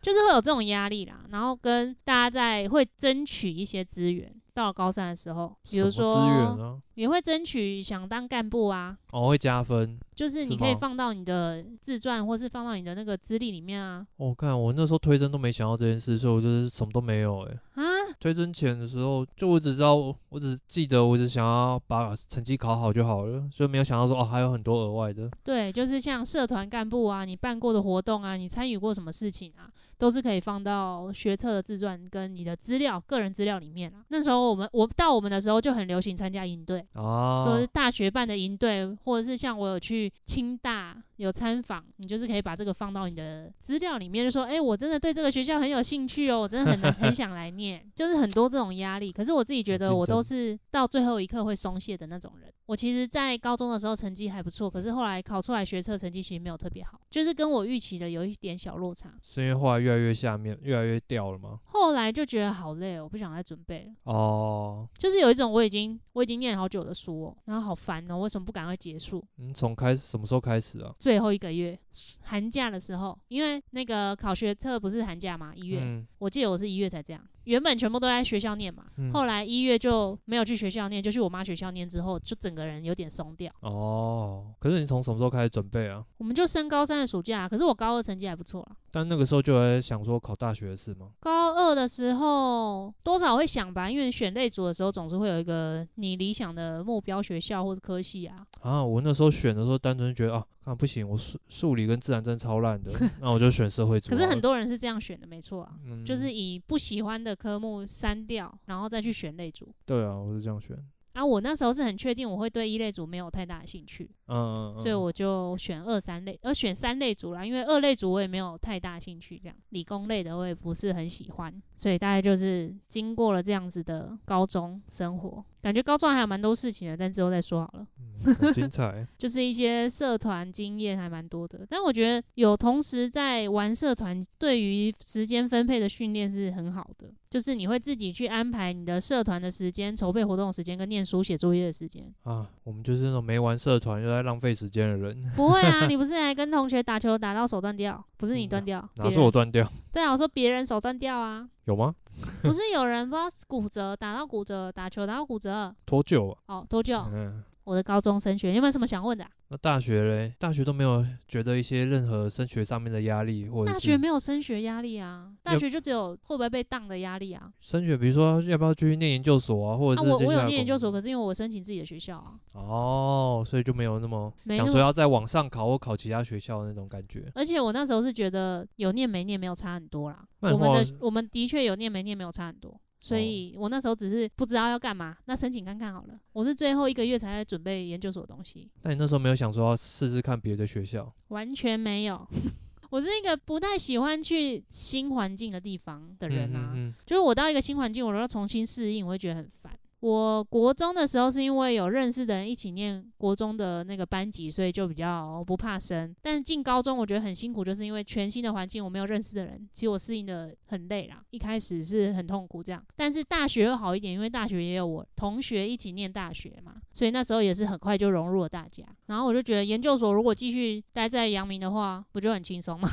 就是会有这种压力啦。然后跟大家在会争取一些资源，到了高三的时候，比如什么资源说啊，也会争取想当干部啊，哦，会加分。就是是你可以吗放到你的自传，或是放到你的那个资历里面啊我、看哦我那时候推甄都没想到这件事，所以我就是什么都没有哎、啊！推甄前的时候，就我只知道，我只记得我只想要把成绩考好就好了，所以没有想到说哦，还有很多额外的。对，就是像社团干部啊，你办过的活动啊，你参与过什么事情啊，都是可以放到学测的自传跟你的资料、个人资料里面啊。那时候我们我到我们的时候就很流行参加营队，啊，说是大学办的营队，或者是像我有去清大有参访，你就是可以把这个放到你的资料里面，就说，哎、我真的对这个学校很有兴趣哦，我真 <laughs> 的很很想来念，就是很多这种压力。可是我自己觉哦得，竞我争都是到最后一刻会松懈的那种人。我其实，在高中的时候成绩还不错，可是后来考出来学测成绩其实没有特别好，就是跟我预期的有一点小落差。是因为后来越来越下面，越来越掉了吗？后来就觉得好累哦，我不想再准备了。哦，就是有一种我已经我已经念好久的书哦，然后好烦哦，为什么不赶快结束？你从开始什么时候开始啊？最后一个月寒假的时候，因为那个考学测不是寒假嘛，一月，嗯，我记得我是一月才这样，原本全部都在学校念嘛，嗯后来一月就没有去学校念，就去我妈学校念之后，就整个人有点松掉。哦，可是你从什么时候开始准备啊？我们就升高三的暑假，可是我高二成绩还不错啦。但那个时候就在想说考大学的事吗？高二的时候多少会想吧，因为选类组的时候总是会有一个你理想的目标学校或是科系啊。啊，我那时候选的时候，单纯觉得啊，看不行，我数数理跟自然真的超 <laughs> 烂的，那我就选社会组好可了。是很多人是这样选的，没错啊。嗯，就是以不喜欢的科目删掉，然后再去选类组。对啊，我是这样选。啊，我那时候是很确定我会对一类组没有太大的兴趣，嗯嗯嗯，所以我就选二三类，呃，选三类组啦，因为二类组我也没有太大兴趣，这样理工类的我也不是很喜欢，所以大概就是经过了这样子的高中生活，感觉高中还有蛮多事情的，但之后再说好了。。嗯很精彩就是一些社团经验还蛮多的。但我觉得有同时在玩社团，对于时间分配的训练是很好的，就是你会自己去安排你的社团的时间、筹备活动的时间跟念书写作业的时间。啊，我们就是那种没玩社团又在浪费时间的人，不会 <laughs> 啊，你不是还跟同学打球打到手断掉？不是你嗯断掉，哪别是人我断掉？对啊，我说别人手断掉 <laughs> 啊，有吗？不是有人不知道是骨折打到骨折，打球打到骨折。脱臼啊？哦，多久？嗯，我的高中升学，你有没有什么想问的啊、那大学嘞？大学都没有觉得一些任何升学上面的压力，或者大学是没有升学压力啊，大有学就只有会不会被当的压力啊。升学，比如说要不要继续念研究所啊，或啊，者是我接我下有来念研工究所，作可是因为我申请自己的学校啊，哦，所以就没有那么没想那说么要再往上考或考其他学校的那种感觉。而且我那时候是觉得有念没念没有差很多啦。那你我们后来的是我们的确有念没念没有差很多，所哦以我那时候只是不知道要干嘛，那申请看看好了。我是最后一个月才在准备研究所的东西，那你那时候没有想说要试试看别的学校？完全没有。 <laughs> 我是一个不太喜欢去新环境的地方的人啊，嗯就是我到一个新环境，我都要重新适应，我会觉得很烦。我国中的时候是因为有认识的人一起念国中的那个班级，所以就比较不怕生。但是进高中我觉得很辛苦，就是因为全新的环境，我没有认识的人，其实我适应的很累啦。一开始是很痛苦这样，但是大学又好一点，因为大学也有我同学一起念大学嘛，所以那时候也是很快就融入了大家。然后我就觉得研究所如果继续待在阳明的话，不就很轻松吗？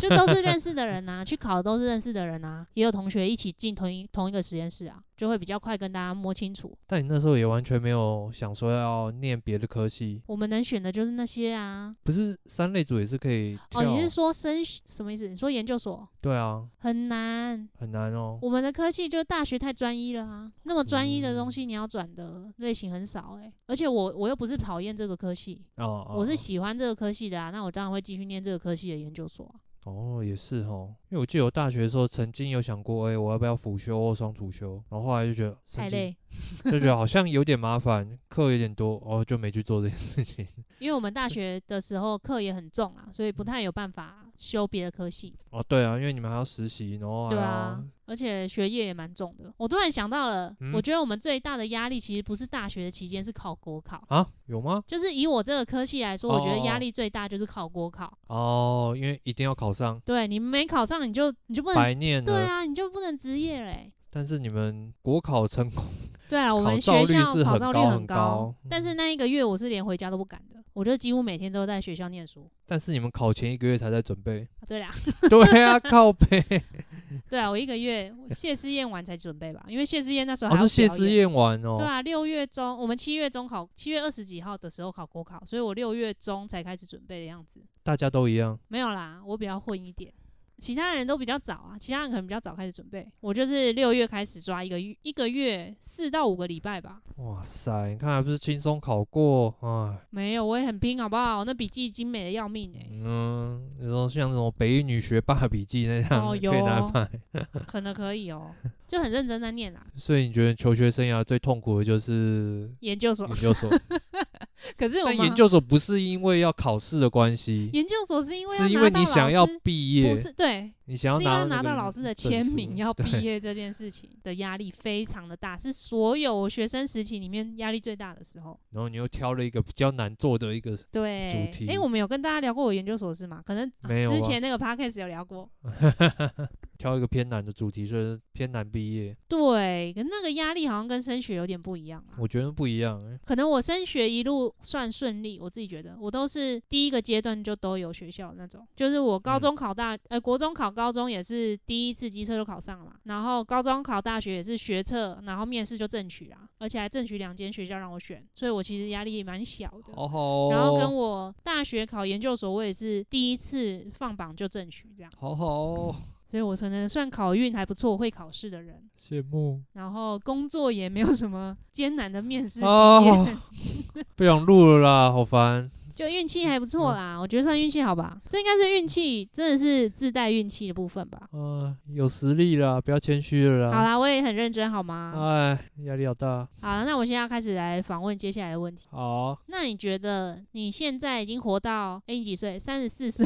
就都是认识的人啊呐、去考都是认识的人呐、也有同学一起进同一同一个实验室啊，就会比较快跟大家摸清楚。但你那时候也完全没有想说要念别的科系，我们能选的就是那些啊。不是三类组也是可以跳？哦，你是说升什么意思？你说研究所对啊，很难？很难哦。我们的科系就是大学太专一了啊，那么专一的东嗯西你要转的类型很少诶、而且我我又不是讨厌这个科系，哦，我哦是喜欢这个科系的啊，那我当然会继续念这个科系的研究所啊。哦，也是哦，因为我记得我大学的时候曾经有想过，哎、我要不要辅修或双主修？然后后来就觉得太神经，累，就觉得好像有点麻烦，课有点多，哦，就没去做这件事情。 <laughs> 因为我们大学的时候课也很重啊，所以不太有办法修别的科系。哦，对啊，因为你们还要实习，然后还对要啊，而且学业也蛮重的。我突然想到了，哦嗯我觉得我们最大的压力其实不是大学的期间，是考国考。啊，有吗？就是以我这个科系来说，我觉得哦压力最大就是考国考。哦，因为一定要考上，对你没考上，你就你就不能白念了。对啊，你就不能职业嘞、但是你们国考成功，对啊，我们考照学率校是考很照率高很很高嗯但是那一个月我是连回家都不敢的，我就几乎每天都在学校念书。但是你们考前一个月才在准备。 <laughs> 啊对啦， <laughs> 对啊，靠背。对啊，我一个月我谢师宴完才准备吧，因为谢师宴那时候哦，还要是谢啊表演师宴完哦。对啊，六月中，我们七月中考，七月二十几号的时候考国考，所以我六月中才开始准备的样子。大家都一样。没有啦，我比较混一点，其他人都比较早啊，其他人可能比较早开始准备，我就是六月开始抓一个月，一个月四到五个礼拜吧。哇塞，你看还不是轻松考过啊？没有，我也很拼，好不好？那笔记精美的要命哎、 <laughs> 嗯，你说像那种北一女学霸笔记那样、哦可有以拿哦来卖。可能可以哦、就很认真在念啦， <laughs> 所以你觉得求学生涯最痛苦的就是研究所。研究所？可是我嗯但们研究所不是因为要考试的关系，研究所是因为要是因拿为到你想老要师毕业不，是对，你想要是因为拿到拿到那老个师的证签书名要对毕业这件事情的压力非常的大，是所有学生时期里面压力最大的时候。然后你又挑了一个比较难做的一个，对，题哎、我们有跟大家聊过我研究所是吗？可能、啊没有之啊前那个 podcast 有聊过。挑一个偏难的主题，所以偏难毕业，对，可那个压力好像跟升学有点不一样啊。我觉得不一样、欸。可能我升学一路算顺利，我自己觉得我都是第一个阶段就都有学校那种，就是我高中考大，呃，国中考高中也是第一次机测就考上了嘛，然后高中考大学也是学测，然后面试就正取啦，而且还正取两间学校让我选，所以我其实压力也蛮小的。哦吼，然后跟我大学考研究所，我也是第一次放榜就正取这样，好哦好所以我可能算考运还不错，会考试的人。羡慕，然后工作也没有什么艰难的面试经哦验， <laughs> 不想录了啦，好烦。就运气还不错嗯啦，我觉得算运气好吧。这应该是运气，真的是自带运气的部分吧。啊，有实力啦，不要谦虚了好啦。啦，我也很认真，好吗？哎，压力好大。好了，那我现在要开始来访问接下来的问题。好，那你觉得你现在已经活到哎诶、你几岁？三十四岁。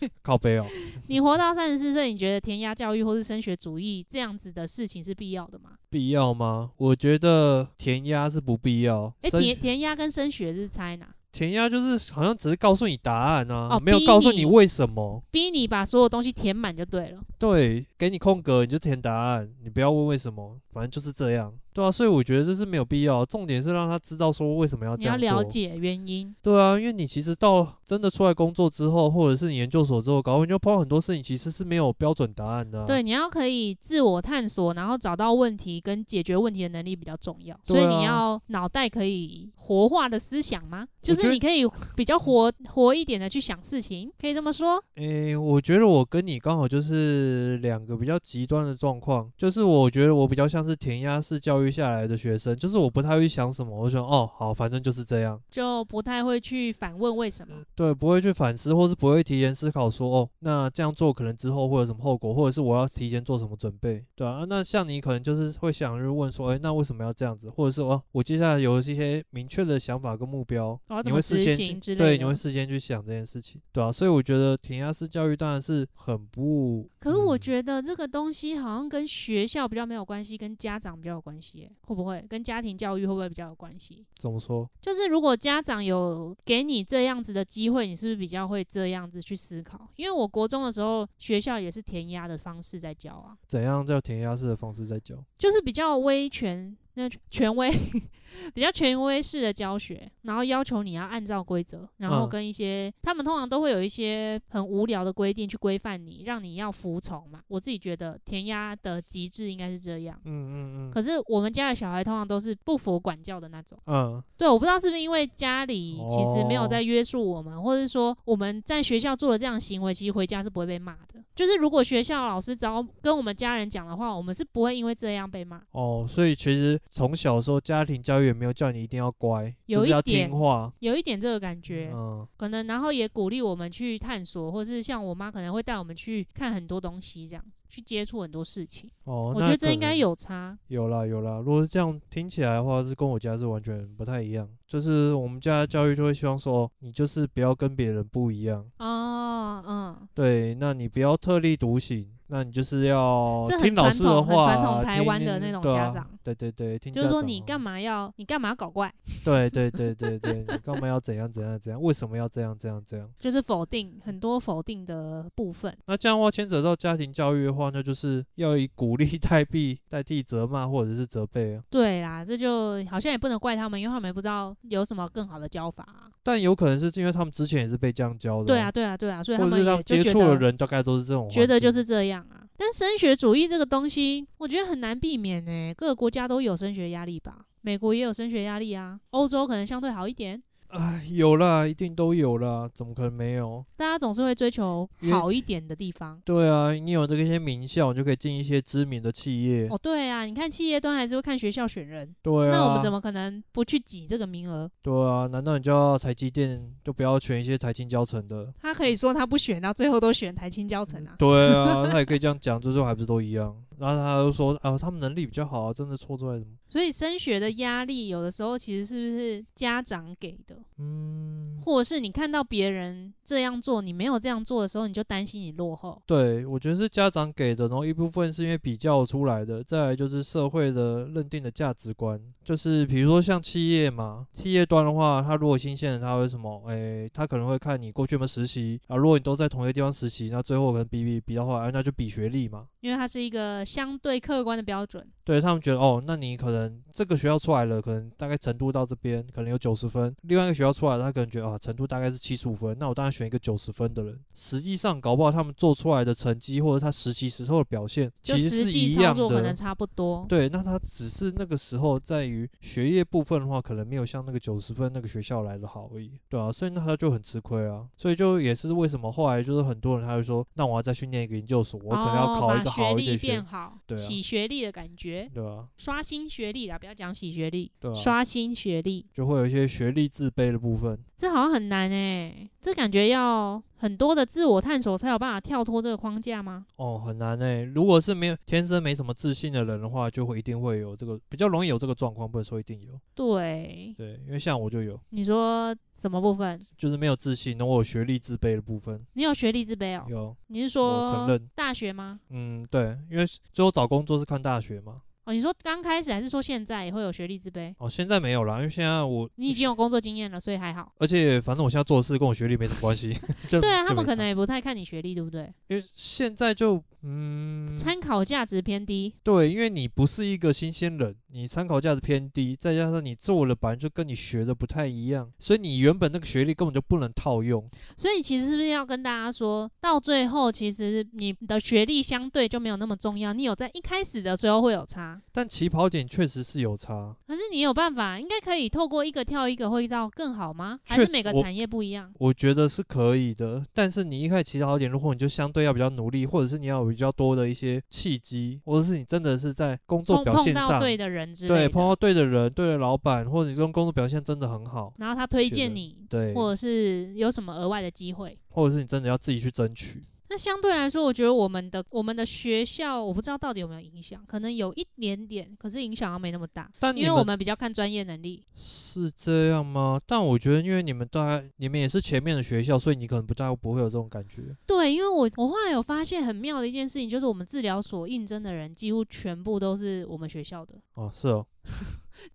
<laughs> 靠背哦。你活到三十四岁，你觉得填鸭教育或是升学主义这样子的事情是必要的吗？必要吗？我觉得填鸭是不必要。诶、升哎填填鸭跟升学是差在哪？填鸭就是好像只是告诉你答案啊，哦没有逼告诉你你为什么。逼你把所有东西填满就对了。对，给你空格你就填答案，你不要问为什么，反正就是这样。对啊，所以我觉得这是没有必要。重点是让他知道说为什么啊要这你要样做。了解原因。对啊，因为你其实到真的出来工作之后，或者是你研究所之后，搞不好你就碰到很多事情，其实是没有标准答案的、啊。对，你要可以自我探索，然后找到问题跟解决问题的能力比较重要。所对以啊你要脑袋可以活化的思想吗？就觉是得你可以比较活活一点的去想事情，可以这么说。诶、我觉得我跟你刚好就是两个比较极端的状况，就是我觉得我比较像是填鸭式教育下来的学生，就是我不太会想什么，我就想哦好，反正就是这样，就不太会去反问为什么，对，不会去反思，或是不会提前思考说哦，那这样做可能之后会有什么后果，或者是我要提前做什么准备，对啊，那像你可能就是会想去问说，诶、哎那为什么要这样子，或者是哦，我接下来有一些明确的想法跟目标，我哦要你怎么会事执先行去之类的。对，你会事先去想这件事情，对啊，所以我觉得填鸭式教育当然是很不，可是我嗯觉得这个东西好像跟学校比较没有关系，跟家长比较有关系耶，会不会跟家庭教育会不会比较有关系？怎么说？就是如果家长有给你这样子的机会，你是不是比较会这样子去思考？因为我国中的时候，学校也是填鸭的方式在教啊，怎样叫填鸭式的方式在教？就是比较威权，那权威， <laughs> 比较权威式的教学，然后要求你要按照规则，然后嗯跟一些、他们通常都会有一些很无聊的规定去规范你，让你要服从嘛。我自己觉得填鸭的极致应该是这样。嗯嗯嗯可是我们家的小孩通常都是不服管教的那种。嗯，对，我不知道是不是因为家里其实没有哦在约束我们，或者是说我们在学校做了这样的行为，其实回家是不会被骂的。就是如果学校老师只要跟我们家人讲的话，我们是不会因为这样被骂。哦，所以其实从小的时候家庭教育也没有叫你一定要乖，有就是一要点听话。有一点这个感觉，嗯，可能然后也鼓励我们去探索，或是像我妈可能会带我们去看很多东西，这样子去接触很多事情。哦，我那觉得这可应该能有差。有啦有啦。如果是这样听起来的话，是跟我家是完全不太一样。就是我们家的教育就会希望说，你就是不要跟别人不一样，哦，嗯，对，那你不要特立独行，那你就是要这很听老传师的统很话，传统台听湾的那种对啊家长对对对，听就是家说长你啊干 <laughs> 嘛要你干嘛要搞怪，对对对对对，你干嘛要怎样怎样怎样？为什么要这样这样这样？就是否定很多否定的部分。那这样的话，牵扯到家庭教育的话，那就是要以鼓励 <laughs> 代替代替责骂或者是责备啊。对啦，这就好像也不能怪他们，因为他们也不知道有什么更好的教法、啊。但有可能是因为他们之前也是被这样教的，对啊，，对啊，对啊，所以他或者们是他也们就接觉触的得人大概都是这种，觉得就是。这样啊。但升学主义这个东西，我觉得很难避免呢、各个国家都有升学压力吧，美国也有升学压力啊，欧洲可能相对好一点，哎，有啦，一定都有啦，怎么可能没有？大家总是会追求因为好一点的地方。对啊，你有这个一些名校，你就可以进一些知名的企业。哦，对啊，你看企业端还是会看学校选人，对啊，那我们怎么可能不去挤这个名额？对啊，难道你就要台积电就不要选一些台青教程的？他可以说他不选，到最后都选台青教程啊。对啊，他也可以这样讲，最后还不是都一样？然后他就说啊，他们能力比较好啊，真的错出来什么？所以升学的压力有的时候其实是不是家长给的，嗯，或者是你看到别人这样做，你没有这样做的时候，你就担心你落后。对，我觉得是家长给的，然后一部分是因为比较出来的，再来就是社会的认定的价值观，就是比如说像企业嘛，企业端的话，他如果新鲜人，他会什么？诶，他可能会看你过去有没有实习啊，如果你都在同一个地方实习，那最后可能比比比的话，啊那就比学历嘛。因为它是一个相对客观的标准。对他们觉得哦，那你可能这个学校出来了，可能大概程度到这边，可能有九十分；另外一个学校出来了，他可能觉得啊，程度大概是七十五分，那我当然选一个九十分的人。实际上，搞不好他们做出来的成绩或者他实习时候的表现，就其实实是际一操样作可能的。差不多。对，那他只是那个时候在于学业部分的话，可能没有像那个九十分那个学校来的好而已，对啊，所以那他就很吃亏啊，所以就也是为什么后来就是很多人他就说，那我要再去念一个研究所，我可能要哦考一把个学好一历点学，变好，对啊洗学历的感觉，对啊，刷新学历啦，不要讲洗学历，对啊，刷新学历，就会有一些学历自卑的部分。这好像很难哎、这感觉要很多的自我探索才有办法跳脱这个框架吗？哦，很难诶、如果是没有天生没什么自信的人的话，就会一定会有这个比较容易有这个状况，不能说一定有。对，对，因为像我就有，你说什么部分？就是没有自信，然后我有学历自卑的部分你有学历自卑哦？有。你是我承说认大学吗？嗯，对，因为最后找工作是看大学嘛。哦，你说刚开始还是说现在也会有学历自卑？哦，现在没有啦，因为现在我你已经有工作经验了，所以还好。而且反正我现在做的事跟我学历没什么关系。 <laughs> 就对啊，就他们没可差能也不太看你学历，对不对？因为现在就嗯，参考价值偏低，对，因为你不是一个新鲜人，你参考价值偏低，再加上你做了本来就跟你学的不太一样，所以你原本那个学历根本就不能套用。所以其实是不是要跟大家说，到最后其实你的学历相对就没有那么重要，你有在一开始的时候会有差，但起跑点确实是有差，可是你有办法，应该可以透过一个跳一个会到更好吗？还确是实每个我产业不一样？我觉得是可以的。但是你一开始起跑点，如果你就相对要比较努力，或者是你要有比较多的一些契机，或者是你真的是在工作碰表碰现到上，对的人之类对的，碰到对的人、对的老板，或者你这种工作表现真的很好，然后他推学荐的你，对，或者是有什么额外的机会。或者是你真的要自己去争取。那相对来说，我觉得我们的我们的学校，我不知道到底有没有影响，可能有一点点，可是影响好像没那么大，但因你为们我们比较看专业能力。是这样吗？但我觉得，因为你们大概你们也是前面的学校，所以你可能不大不会有这种感觉。对，因为我我后来有发现很妙的一件事情，就是我们治疗所应征的人几乎全部都是我们学校的，哦，是哦，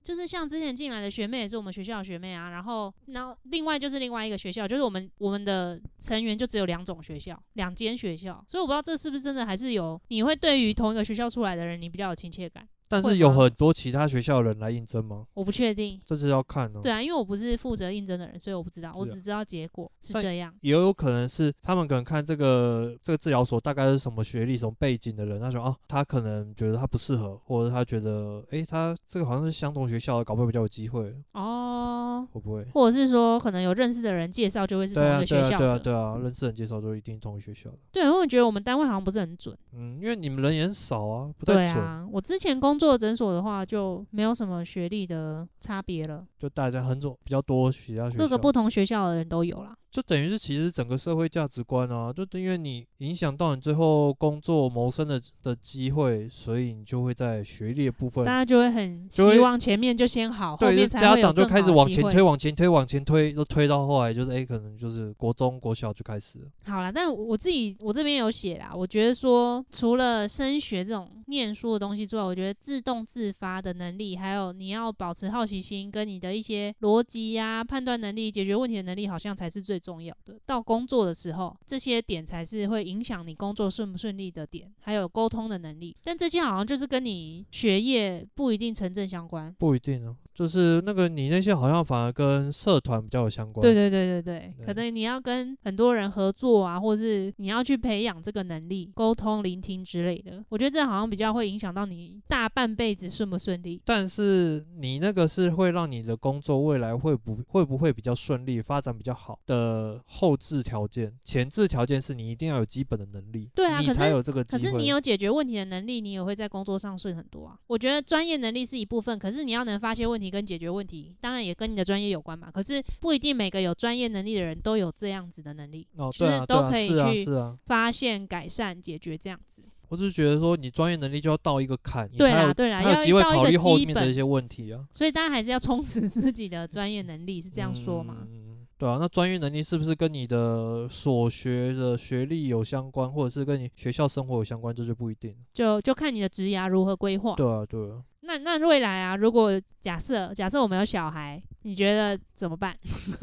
就是像之前进来的学妹也是我们学校的学妹啊，然后然后另外就是另外一个学校，就是我们我们的成员就只有两种学校，两间学校，所以我不知道这是不是真的，还是有你会对于同一个学校出来的人，你比较有亲切感，但会是有吗很多其他学校的人来应征吗？我不确定。这是要看哦。对，啊，因为我不是负责应征的人，所以我不知道，我是啊只知道结果是但这样。也有可能是他们可能看这个这个治疗所大概是什么学历、什么背景的人，他说哦，他可能觉得他不适合，或者他觉得诶，他这个好像是相同学校的，搞不好比较有机会，哦，会不会？或者是说可能有认识的人介绍就会是同对一啊，个对学啊，校对啊，的。嗯对啊，认识人介绍都一定同一学校的。对，我觉得我们单位好像不是很准。嗯，因为你们人也很少啊，不对太准，啊，我之前工作的诊所的话，就没有什么学历的差别了，就大家很总比较多其他学校。各个不同学校的人都有啦。就等于是其实整个社会价值观啊，就因为你影响到你最后工作谋生的的机会，所以你就会在学历的部分大，家就会很希就会望前面就先好，后对，就面是才家会有长就更开始好的往机前会推，。往前推，往前推，都推到后来就是哎、可能就是国中、国小就开始了。好啦，但我自己我这边有写啦，我觉得说除了升学这种念书的东西之外，我觉得自动自发的能力，还有你要保持好奇心，跟你的一些逻辑呀、判断能力、解决问题的能力，好像才是最重要的。到工作的时候，这些点才是会影响你工作顺不顺利的点，还有沟通的能力。但这些好像就是跟你学业不一定成正相关。不一定哦，就是那个你那些好像反而跟社团比较有相关。对对对对对，对可能你要跟很多人合作啊，或是你要去培养这个能力，沟通、聆听之类的。我觉得这好像比较会影响到你大半辈子顺不顺利。但是你那个是会让你的工作未来会不会不会比较顺利、发展比较好的后置条件，前置条件是你一定要有基本的能力，对啊你可才是有这个机可会。是你有解决问题的能力，你也会在工作上顺很多啊。我觉得专业能力是一部分，可是你要能发现问题跟解决问题，当然也跟你的专业有关嘛。可是不一定每个有专业能力的人都有这样子的能力，哦，就对是啊，都对啊可以是啊去是啊。发现、改善、解决这样子。我只是觉得说你专业能力就要到一个坎，你对才啦有对啦才有要机会到一考个虑后基面的本一些问题啊。所以大家还是要充实自己的专业能力，是这样说吗？嗯对啊，那专业能力是不是跟你的所学的学历有相关，或者是跟你学校生活有相关，这就不一定。就就看你的职涯如何规划。对啊，对啊，那那未来啊，如果假设假设我们有小孩，你觉得怎么办？ <laughs>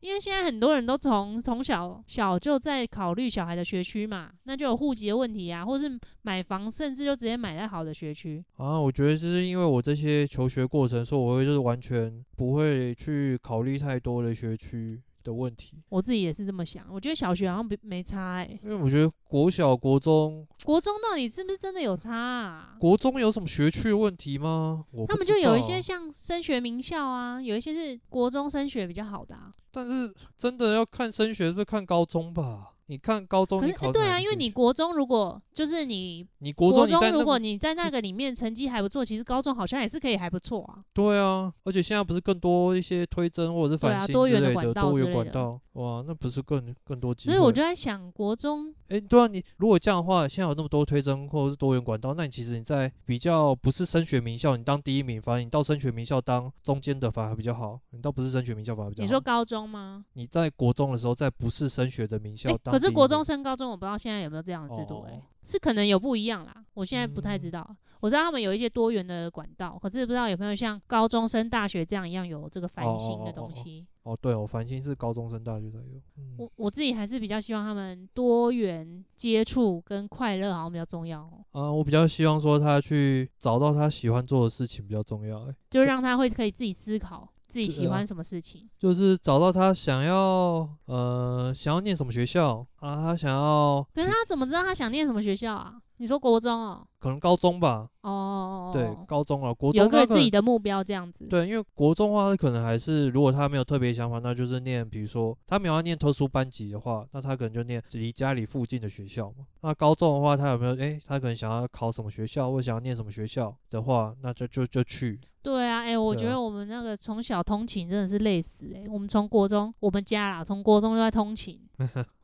因为现在很多人都从从小小就在考虑小孩的学区嘛，那就有户籍的问题啊，或是买房，甚至就直接买在好的学区。啊，我觉得就是因为我这些求学过程，所以我会就是完全不会去考虑太多的学区的问题，我自己也是这么想，我觉得小学好像没没差哎、因为我觉得国小、国中、国中到底是不是真的有差啊？国中有什么学区的问题吗？我他不们知就有一道啊些像升学名校啊，有一些是国中升学比较好的啊。但是真的要看升学，是不是看高中吧？你看高中可你是、考、欸、对啊，因为你国中如果就是你你国中国你在中那嗯如果么你在那个里面成绩还不错，其实高中好像也是可以还不错啊。对啊，而且现在不是更多一些推甄或者是对反啊新多之元的类管的道多之元类管的道，哇，那不是更更多机所会？以我就在想，国中哎、对啊，你如果这样的话，现在有那么多推甄或者是多元管道，那你其实你在比较不是升学名校，你当第一名，反而你到升学名校当中间的反而比较好，你到不是升学名校反而比较好。你说高中吗？你在国中的时候，在不是升学的名校哎、当第一名，可是国中升高中，我不知道现在有没有这样的制度、哦嗯哎、是可能有不一样啦。我现在不太知道，我知道他们有一些多元的管道，可是不知道有没有像高中升大学这样一样有这个繁星的东西。哦，对哦，繁星是高中升大学才有。嗯我我自己还是比较希望他们多元接触跟快乐好像比较重要、哦，啊、我比较希望说他去找到他喜欢做的事情比较重要、欸，就让他会可以自己思考自己对喜啊欢什么事情。就是找到他想要呃想要念什么学校啊，他想要可是他怎么知道他想念什么学校啊？你说国中哦，可能高中吧，哦，对，高中啊，国有中个他可自己能的目标这样子。对，因为国中的话，他可能还是如果他没有特别想法，那就是念，比如说他没有要念特殊班级的话，那他可能就念离家里附近的学校嘛。那高中的话，他有没有诶、他可能想要考什么学校或想要念什么学校的话，那就就就去，对啊，哎、我对觉啊得我们那个从小通勤真的是累死哎、我们从国中，我们家啦，从国中就在通勤，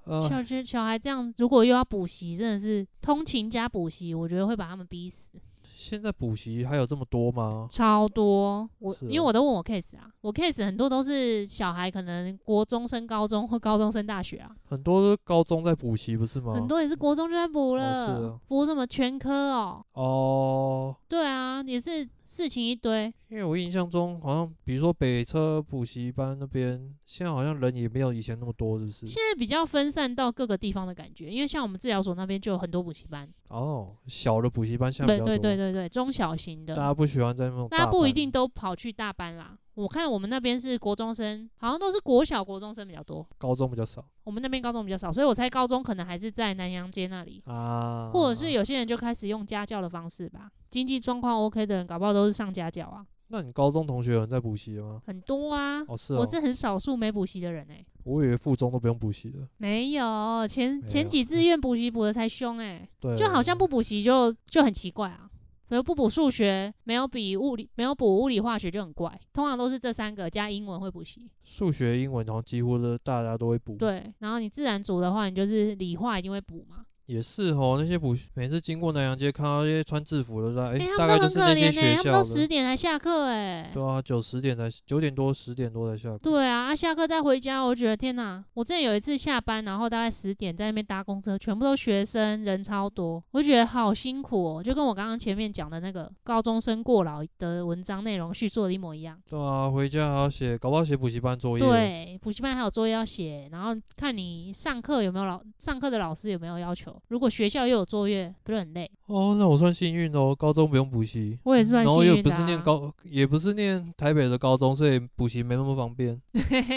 呃，小学小孩这样，如果又要补习，真的是通勤加补习，我觉得会把他们逼死。现在补习还有这么多吗？超多，我、是因为哦我都问我 case 啊，我 case 很多都是小孩可能国中升高中或高中升大学啊，很多都高中在补习不是吗？很多也是国中就在补哦是了，哦补什么全科哦，哦，对啊，也是事情一堆，因为我印象中好像，比如说北车补习班那边，现在好像人也没有以前那么多，是不是？现在比较分散到各个地方的感觉，因为像我们治疗所那边就有很多补习班，哦，小的补习班现在比对较对对多，对对，中小型的，大家不喜欢在那种大家不一班定都跑去大班啦。我看我们那边是国中生，好像都是国小国中生比较多，高中比较少我们那边高中比较少，所以我猜高中可能还是在南洋街那里，啊，或者是有些人就开始用家教的方式吧。经济状况 OK 的人，搞不好都是上家教啊，那你高中同学有人在补习的吗？很多啊。哦，是哦，我是很少数没补习的人哎、我以为附中都不用补习的，没有前没前有 <laughs> 几志愿补习补的才凶哎、对，就好像不补习就就很奇怪啊。比如不补数学，没有比物理，没有补物理化学就很怪。通常都是这三个加英文会补习，数学、英文好像几乎都大家都会补，，对。然后你自然组的话，你就是理化一定会补嘛。也是哦，那些补习每次经过南洋街看到那些穿制服的在，哎、哎，他大概们都就很是那可些怜呢、学他校们的都，十点才下课哎、对啊，九十点才九点多十点多才下课，对啊，啊下课再回家，我觉得天哪！我之前有一次下班，然后大概十点在那边搭公车，全部都学生，人超多，我就觉得好辛苦哦，就跟我刚刚前面讲的那个高中生过劳的文章内容叙述的一模一样。对啊，回家还要写，搞不好写补习班作业。，对，补习班还有作业要写，然后看你上课有没有老上课的老师有没有要求。如果学校又有作业，不是很累？哦，那我算幸运哦，高中不用补习。我也是算嗯然幸后又运的、啊。不是念高，也不是念台北的高中，所以补习没那么方便。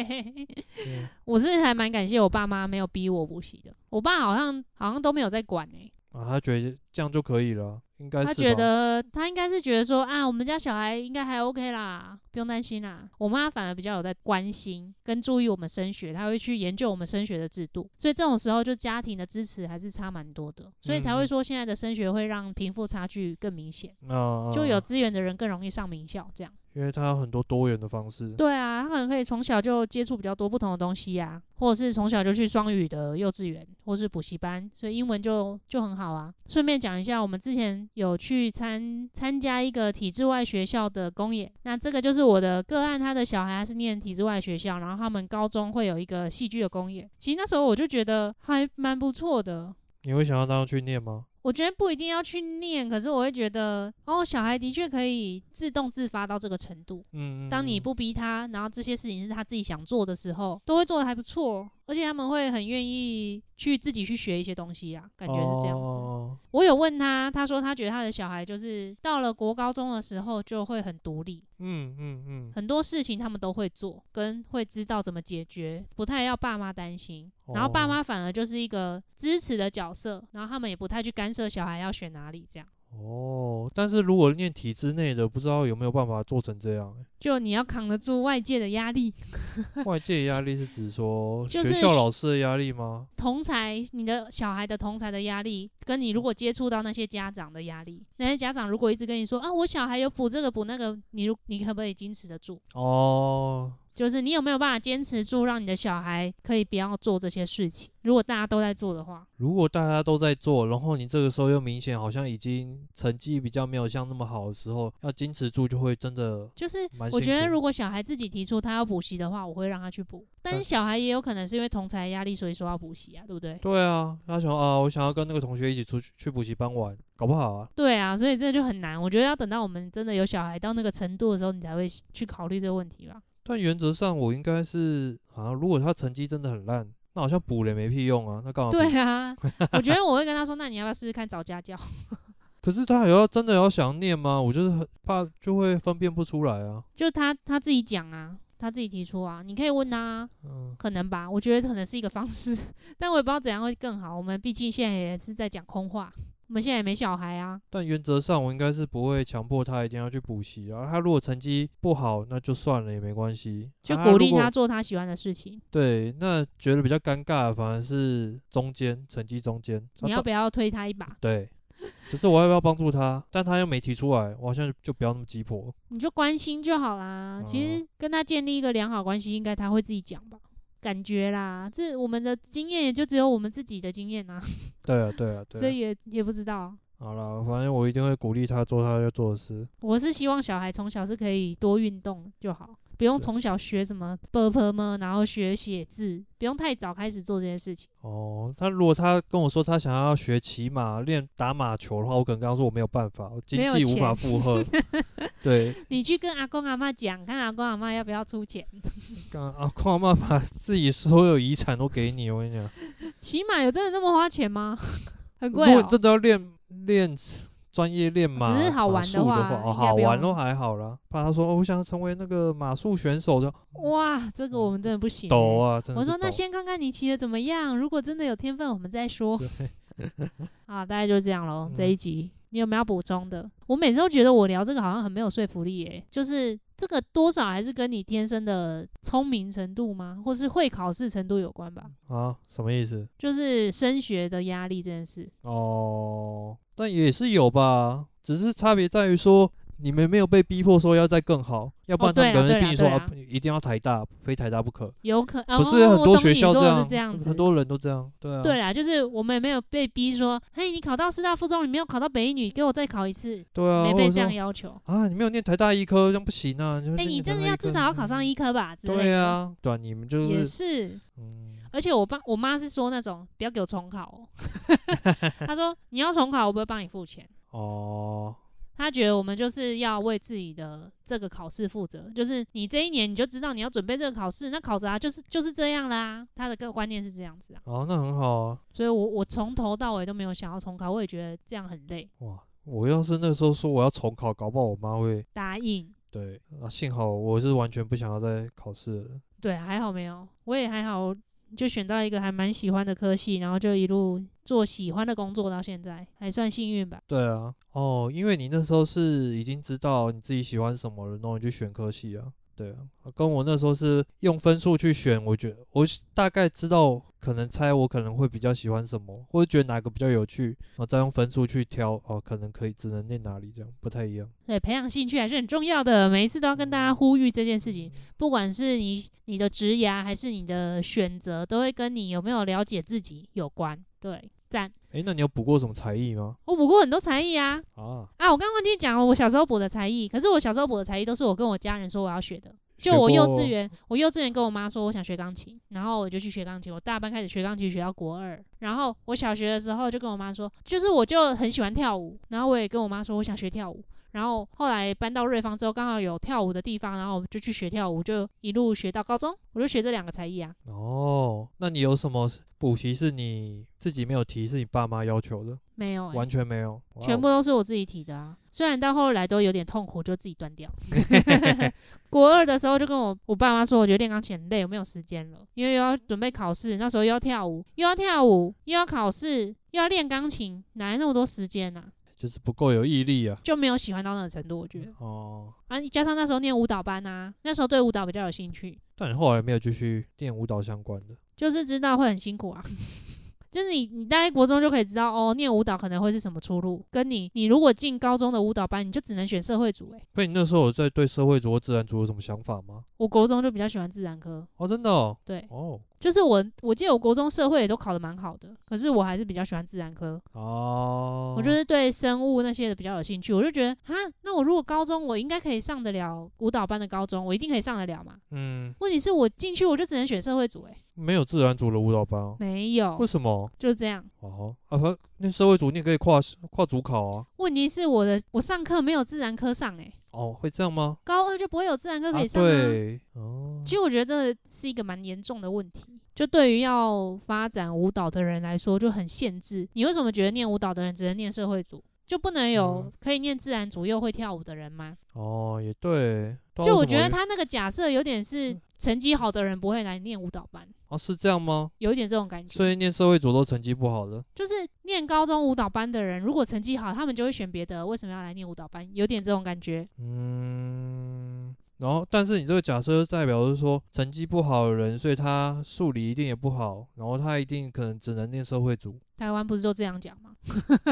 嗯 <laughs> 我是还蛮感谢我爸妈没有逼我补习的。我爸好像好像都没有在管欸诶、啊，他觉得这样就可以了，应该是他吧觉得他应该是觉得说啊，我们家小孩应该还 OK 啦，不用担心啦。我妈反而比较有在关心跟注意我们升学，她会去研究我们升学的制度，所以这种时候就家庭的支持还是差蛮多的，所以才嗯会嗯说现在的升学会让贫富差距更明显，啊，就有资源的人更容易上名校这样。因为它有很多多元的方式。对啊，他可能可以从小就接触比较多不同的东西呀、或者是从小就去双语的幼稚园或是补习班，所以英文就就很好啊。顺便讲一下，我们之前有去参参加一个体制外学校的公演，那这个就是我的个案，他的小孩他是念体制外学校，然后他们高中会有一个戏剧的公演。其实那时候我就觉得还蛮不错的，你会想要当去念吗？我觉得不一定要去念，可是我会觉得，哦，小孩的确可以自动自发到这个程度。嗯，嗯当你嗯不逼他，然后这些事情是他自己想做的时候，都会做的还不错，而且他们会很愿意去自己去学一些东西啊，感觉是这样子。哦我有问他，他说他觉得他的小孩就是到了国高中的时候就会很独立，嗯嗯嗯，很多事情他们都会做，跟会知道怎么解决，不太要爸妈担心。然后爸哦妈反而就是一个支持的角色，然后他们也不太去干涉小孩要选哪里这样。哦，但是如果念体制内的，不知道有没有办法做成这样欸、欸就你要扛得住外界的压力，外界压力是指说就学是校老师的压力吗？同才，你的小孩的同才的压力，跟嗯你如果接触到那些家长的压力，那些家长如果一直跟你说啊，我小孩有补这个补那个，你如你可不可以坚持得住？哦，就是你有没有办法坚持住，让你的小孩可以不要做这些事情？如果大家都在做的话，如果大家都在做，然后你这个时候又明显好像已经成绩比较没有像那么好的时候，要坚持住就会真的就是蛮我辛觉得苦如果小孩自己提出他要补习的话，我会让他去补。但是但小孩也有可能是因为同才压力，所以说要补习啊，对不对？对啊，他想啊，我想要跟那个同学一起出去去补习班玩，搞不好啊。对啊，所以这就很难。我觉得要等到我们真的有小孩到那个程度的时候，你才会去考虑这个问题吧。但原则上我应该是啊，如果他成绩真的很烂，那好像补了也没屁用啊，那干嘛？对。啊，我觉得我会跟他说，那你要不要试试看找家教？ <laughs> 可是他还要真的要想念吗？我就是很怕就会分辨不出来啊。就他他自己讲啊，他自己提出啊，你可以问他啊，嗯，可能吧，我觉得可能是一个方式， <laughs> 但我也不知道怎样会更好。我们毕竟现在也是在讲空话，我们现在也没小孩啊，但原则上我应该是不会强迫他一定要去补习啊。他如果成绩不好，那就算了也没关系。就啊鼓励。如他果啊做他喜欢的事情。对，那觉得比较尴尬的反而是中间成绩中间，你啊要不要推他一把？对，只是我要不要帮助他？但他又没提出来，我好像就不要那么急迫。你就关心就好哦啦。其实跟他建立一个良好关系，应该他会自己讲吧。感觉啦，这我们的经验也就只有我们自己的经验啊，对啊，对啊，对啊。所以也也不知道。啊好了，反正我一定会鼓励他做他要做的事。我是希望小孩从小是可以多运动就好，不用对从小学什么 b p m，然后学写字，不用太早开始做这些事情。哦，他如果他跟我说他想要学骑马、练打马球的话，我可能刚刚说我没有办法，我经没有济无钱法负荷。 <laughs> 对，你去跟阿公阿妈讲，看阿公阿妈要不要出钱。刚阿公阿妈把自己所有遗产都给你，我跟你讲，骑马有真的那么花钱吗？ <laughs> 很如贵果哦、你真的要练练专业练马，只是好玩马的术的话哦，应该好不玩用都还好啦。怕他说、哦我想成为那个马术选手就哇，这个我们真的不行、欸抖啊，真的我是说那抖先看看你骑的怎么样，如果真的有天分，我们再说。啊，大概就这样喽。嗯这一集你有没有要补充的？我每次都觉得我聊这个好像很没有说服力耶、就是这个多少还是跟你天生的聪明程度吗，或是会考试程度有关吧？啊，什么意思？就是升学的压力这件事，哦，但也是有吧，只是差别在于说你们没有被逼迫说要再更好，要不哦然他们对啦可能对逼啦你说、对啊啦，哦一定要台大，非台大不可。有可不是很多学校这样，是这样子，很多人都这样，对啊，对啦，就是我们也没有被逼说，嘿，你考到师大附中，你没有考到北一女，给我再考一次，对啊，没或被者这样说要求。啊，你没有念台大医科，这样不行啊！哎哎、你真的要至少要考上医科吧？之类的对啊，对啊，你们就也是是，嗯，而且我爸我妈是说那种不要给我重考、哦， <laughs> 她说你要重考，我不会帮你付钱。哦，她觉得我们就是要为自己的这个考试负责，就是你这一年你就知道你要准备这个考试，那考砸就是就是这样啦。她的个观念是这样子啊，哦，那很好啊，所以我我从头到尾都没有想要重考，我也觉得这样很累。哇！我要是那时候说我要重考，搞不好我妈会答应，对啊。幸好我是完全不想要再考试了。对，还好没有，我也还好，就选到一个还蛮喜欢的科系，然后就一路做喜欢的工作到现在，还算幸运吧。对啊，哦，因为你那时候是已经知道你自己喜欢什么了，然后你就选科系啊。对啊，跟我那时候是用分数去选，我觉得我是大概知道，可能猜我可能会比较喜欢什么，或者觉得哪个比较有趣，然后再用分数去挑哦，可能可以只能念哪里，这样不太一样。对，培养兴趣还是很重要的。每一次都要跟大家呼吁这件事情，不管是你你的职涯还是你的选择，都会跟你有没有了解自己有关。对，赞。诶，那你有补过什么才艺吗？我补过很多才艺啊啊，啊！我刚刚忘记讲了，我小时候补的才艺，可是我小时候补的才艺都是我跟我家人说我要学的。就学我幼过稚园，我幼稚园跟我妈说我想学钢琴，然后我就去学钢琴。我大班开始学钢琴，学到国二。然后我小学的时候就跟我妈说，就是我就很喜欢跳舞，然后我也跟我妈说我想学跳舞。然后后来搬到瑞芳之后，刚好有跳舞的地方，然后我就去学跳舞，就一路学到高中，我就学这两个才艺啊。哦，那你有什么补习是你自己没有提，是你爸妈要求的？没有、欸，完全没有，哇全哦部都是我自己提的啊。虽然到后来都有点痛苦，就自己断 <laughs> 掉。国二的时候就跟我我爸妈说，我觉得练钢琴很累，我没有时间了，因为又要准备考试，那时候又要跳舞，又要跳舞，又要考试，又要练钢琴，哪来那么多时间呢、就是不够有毅力啊。就没有喜欢到那个程度，我觉得哦，啊，加上那时候念舞蹈班啊，那时候对舞蹈比较有兴趣，但你后来没有继续练舞蹈相关的。就是知道会很辛苦啊。 <laughs> 就是你，你大概国中就可以知道哦，念舞蹈可能会是什么出路。跟你，你如果进高中的舞蹈班，你就只能选社会组、欸。所以你那时候有在对社会组或自然组有什么想法吗？我国中就比较喜欢自然科，哦，真的哦，对，哦，就是我我记得我国中社会也都考得蛮好的，可是我还是比较喜欢自然科，哦，我就是对生物那些的比较有兴趣，我就觉得啊，那我如果高中我应该可以上得了舞蹈班的高中，我一定可以上得了嘛。嗯，问题是我进去我就只能选社会组、欸，诶，没有自然组的舞蹈班、哦，没为有，什么？就这样。哦，啊，反那社会组你也可以跨跨组考啊。问题是我的我上课没有自然科上、欸，诶，哦，会这样吗？高二就不会有自然科可以上啊对，哦其，实我觉得这是一个蛮严重的问题，就对于要发展舞蹈的人来说就很限制。你为什么觉得念舞蹈的人只能念社会组，就不能有嗯可以念自然组又会跳舞的人吗？哦，也对。不知道就我为什觉么嗯得他那个假设有点是成绩好的人不会来念舞蹈班，哦是这样吗？有一点这种感所觉。以念社会组都成绩不好的，就是念高中舞蹈班的人，如果成绩好，他们就会选别的，为什么要来念舞蹈班？有点这种感觉。嗯。然后，但是你这个假设就代表是说，成绩不好的人，所以他数理一定也不好，然后他一定可能只能念社会 <laughs> 组，台湾不是都这样讲吗？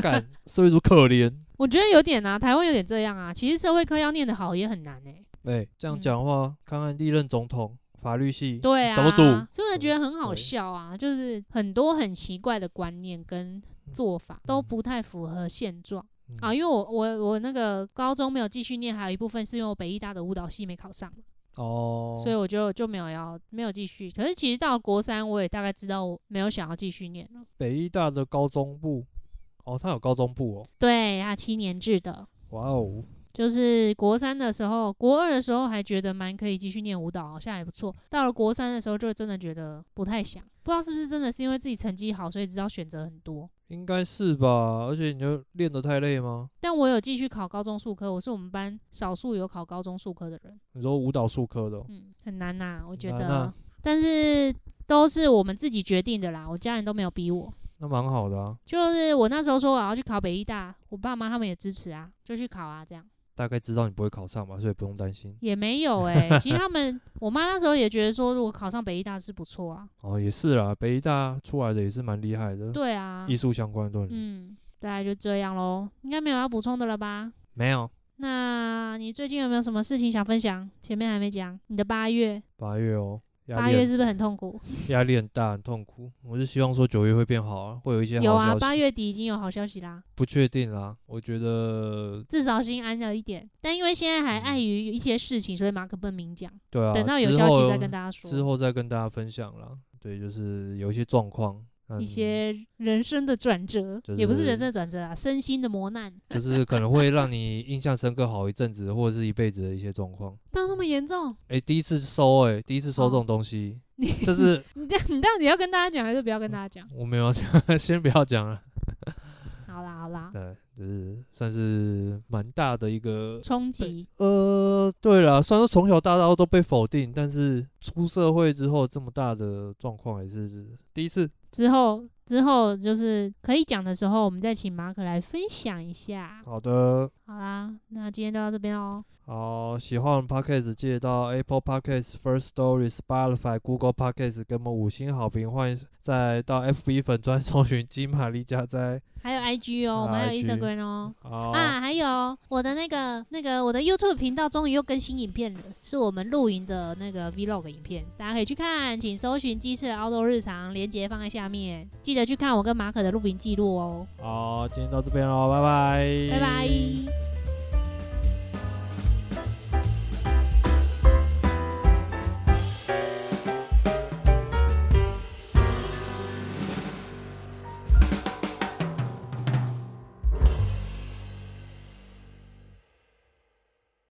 干社会组可怜。我觉得有点啊，台湾有点这样啊。其实社会科要念得好也很难诶、欸哎、这样嗯讲话，看看历任总统法律系，对啊，什么组？所以我觉得很好对笑啊，就是很多很奇怪的观念跟做法都不太符合现状嗯啊。因为我我我那个高中没有继续念，还有一部分是因为我北医大的舞蹈系没考上嘛，哦，所以我就就没有要没有继续。可是其实到了国三，我也大概知道我没有想要继续念了。北医大的高中部，哦，他有高中部哦，对，啊，七年制的。哇哦，就是国三的时候，国二的时候还觉得蛮可以继续念舞蹈，好像还不错。到了国三的时候，就真的觉得不太想，不知道是不是真的是因为自己成绩好，所以知道选择很多。应该是吧？而且你就练得太累吗？但我有继续考高中数科，我是我们班少数有考高中数科的人，你说舞蹈术科的哦、嗯，很难呐、我觉很得，难啊但是都是我们自己决定的啦，我家人都没有逼我。那蛮好的啊，就是我那时候说我要去考北医大，我爸妈他们也支持啊，就去考啊，这样大概知道你不会考上嘛，所以不用担心。也没有诶、其实他们， <laughs> 我妈那时候也觉得说，如果考上北医大是不错啊，哦，也是啦，北医大出来的也是蛮厉害的，对啊艺，术相关的都很厉害、嗯，大概就这样喽，应该没有要补充的了吧？没有。那你最近有没有什么事情想分享？前面还没讲，你的八月，八月哦，压八力月很是不是很痛苦？压力很大，很痛苦。我是希望说九月会变好啊，会有一些好有啊，消息八月底已经有好消息啦，不确定啦，我觉得至少心安了一点。但因为现在还嗯碍于一些事情，所以马可不明讲，对啊，等到有之消息后再跟大家之说。后再跟大家分享啦。对，就是有一些状况，嗯一些人生的转折，就是也不是人生的转折啊，身心的磨难，就是可能会让你印象深刻好一阵子或者是一辈子的一些状况。到那么严重？诶，第一次收诶，第一次收这种东西，就是哦你这样你到底要跟大家讲还是不要跟大家讲？我没有讲， <laughs> 先不要讲了。好啦好啦，对，就是算是蛮大的一个。冲击呃，对了，虽然说从小到大都被否定，但是出社会之后这么大的状况也是第一次。之后之后就是可以讲的时候，我们再请马可来分享一下。好的，好啦，那今天就到这边哦。好，喜欢我们 Podcast 记得到 Apple Podcast、First Story、Spotify、Google Podcast 给我们五星好评，欢迎再到 FB 粉专 <laughs> 搜寻金玛丽家哉。还有 IG 哦，我们还有 IG Instagram 哦。好，啊，还有我的那个那个我的 YouTube 频道终于又更新影片了，是我们露营的那个 Vlog 影片，大家可以去看，请搜寻鸡翅的澳洲日常，链接放在下面，记得去看我跟马可的露营记录哦，好，今天到这边喽，拜拜，拜拜。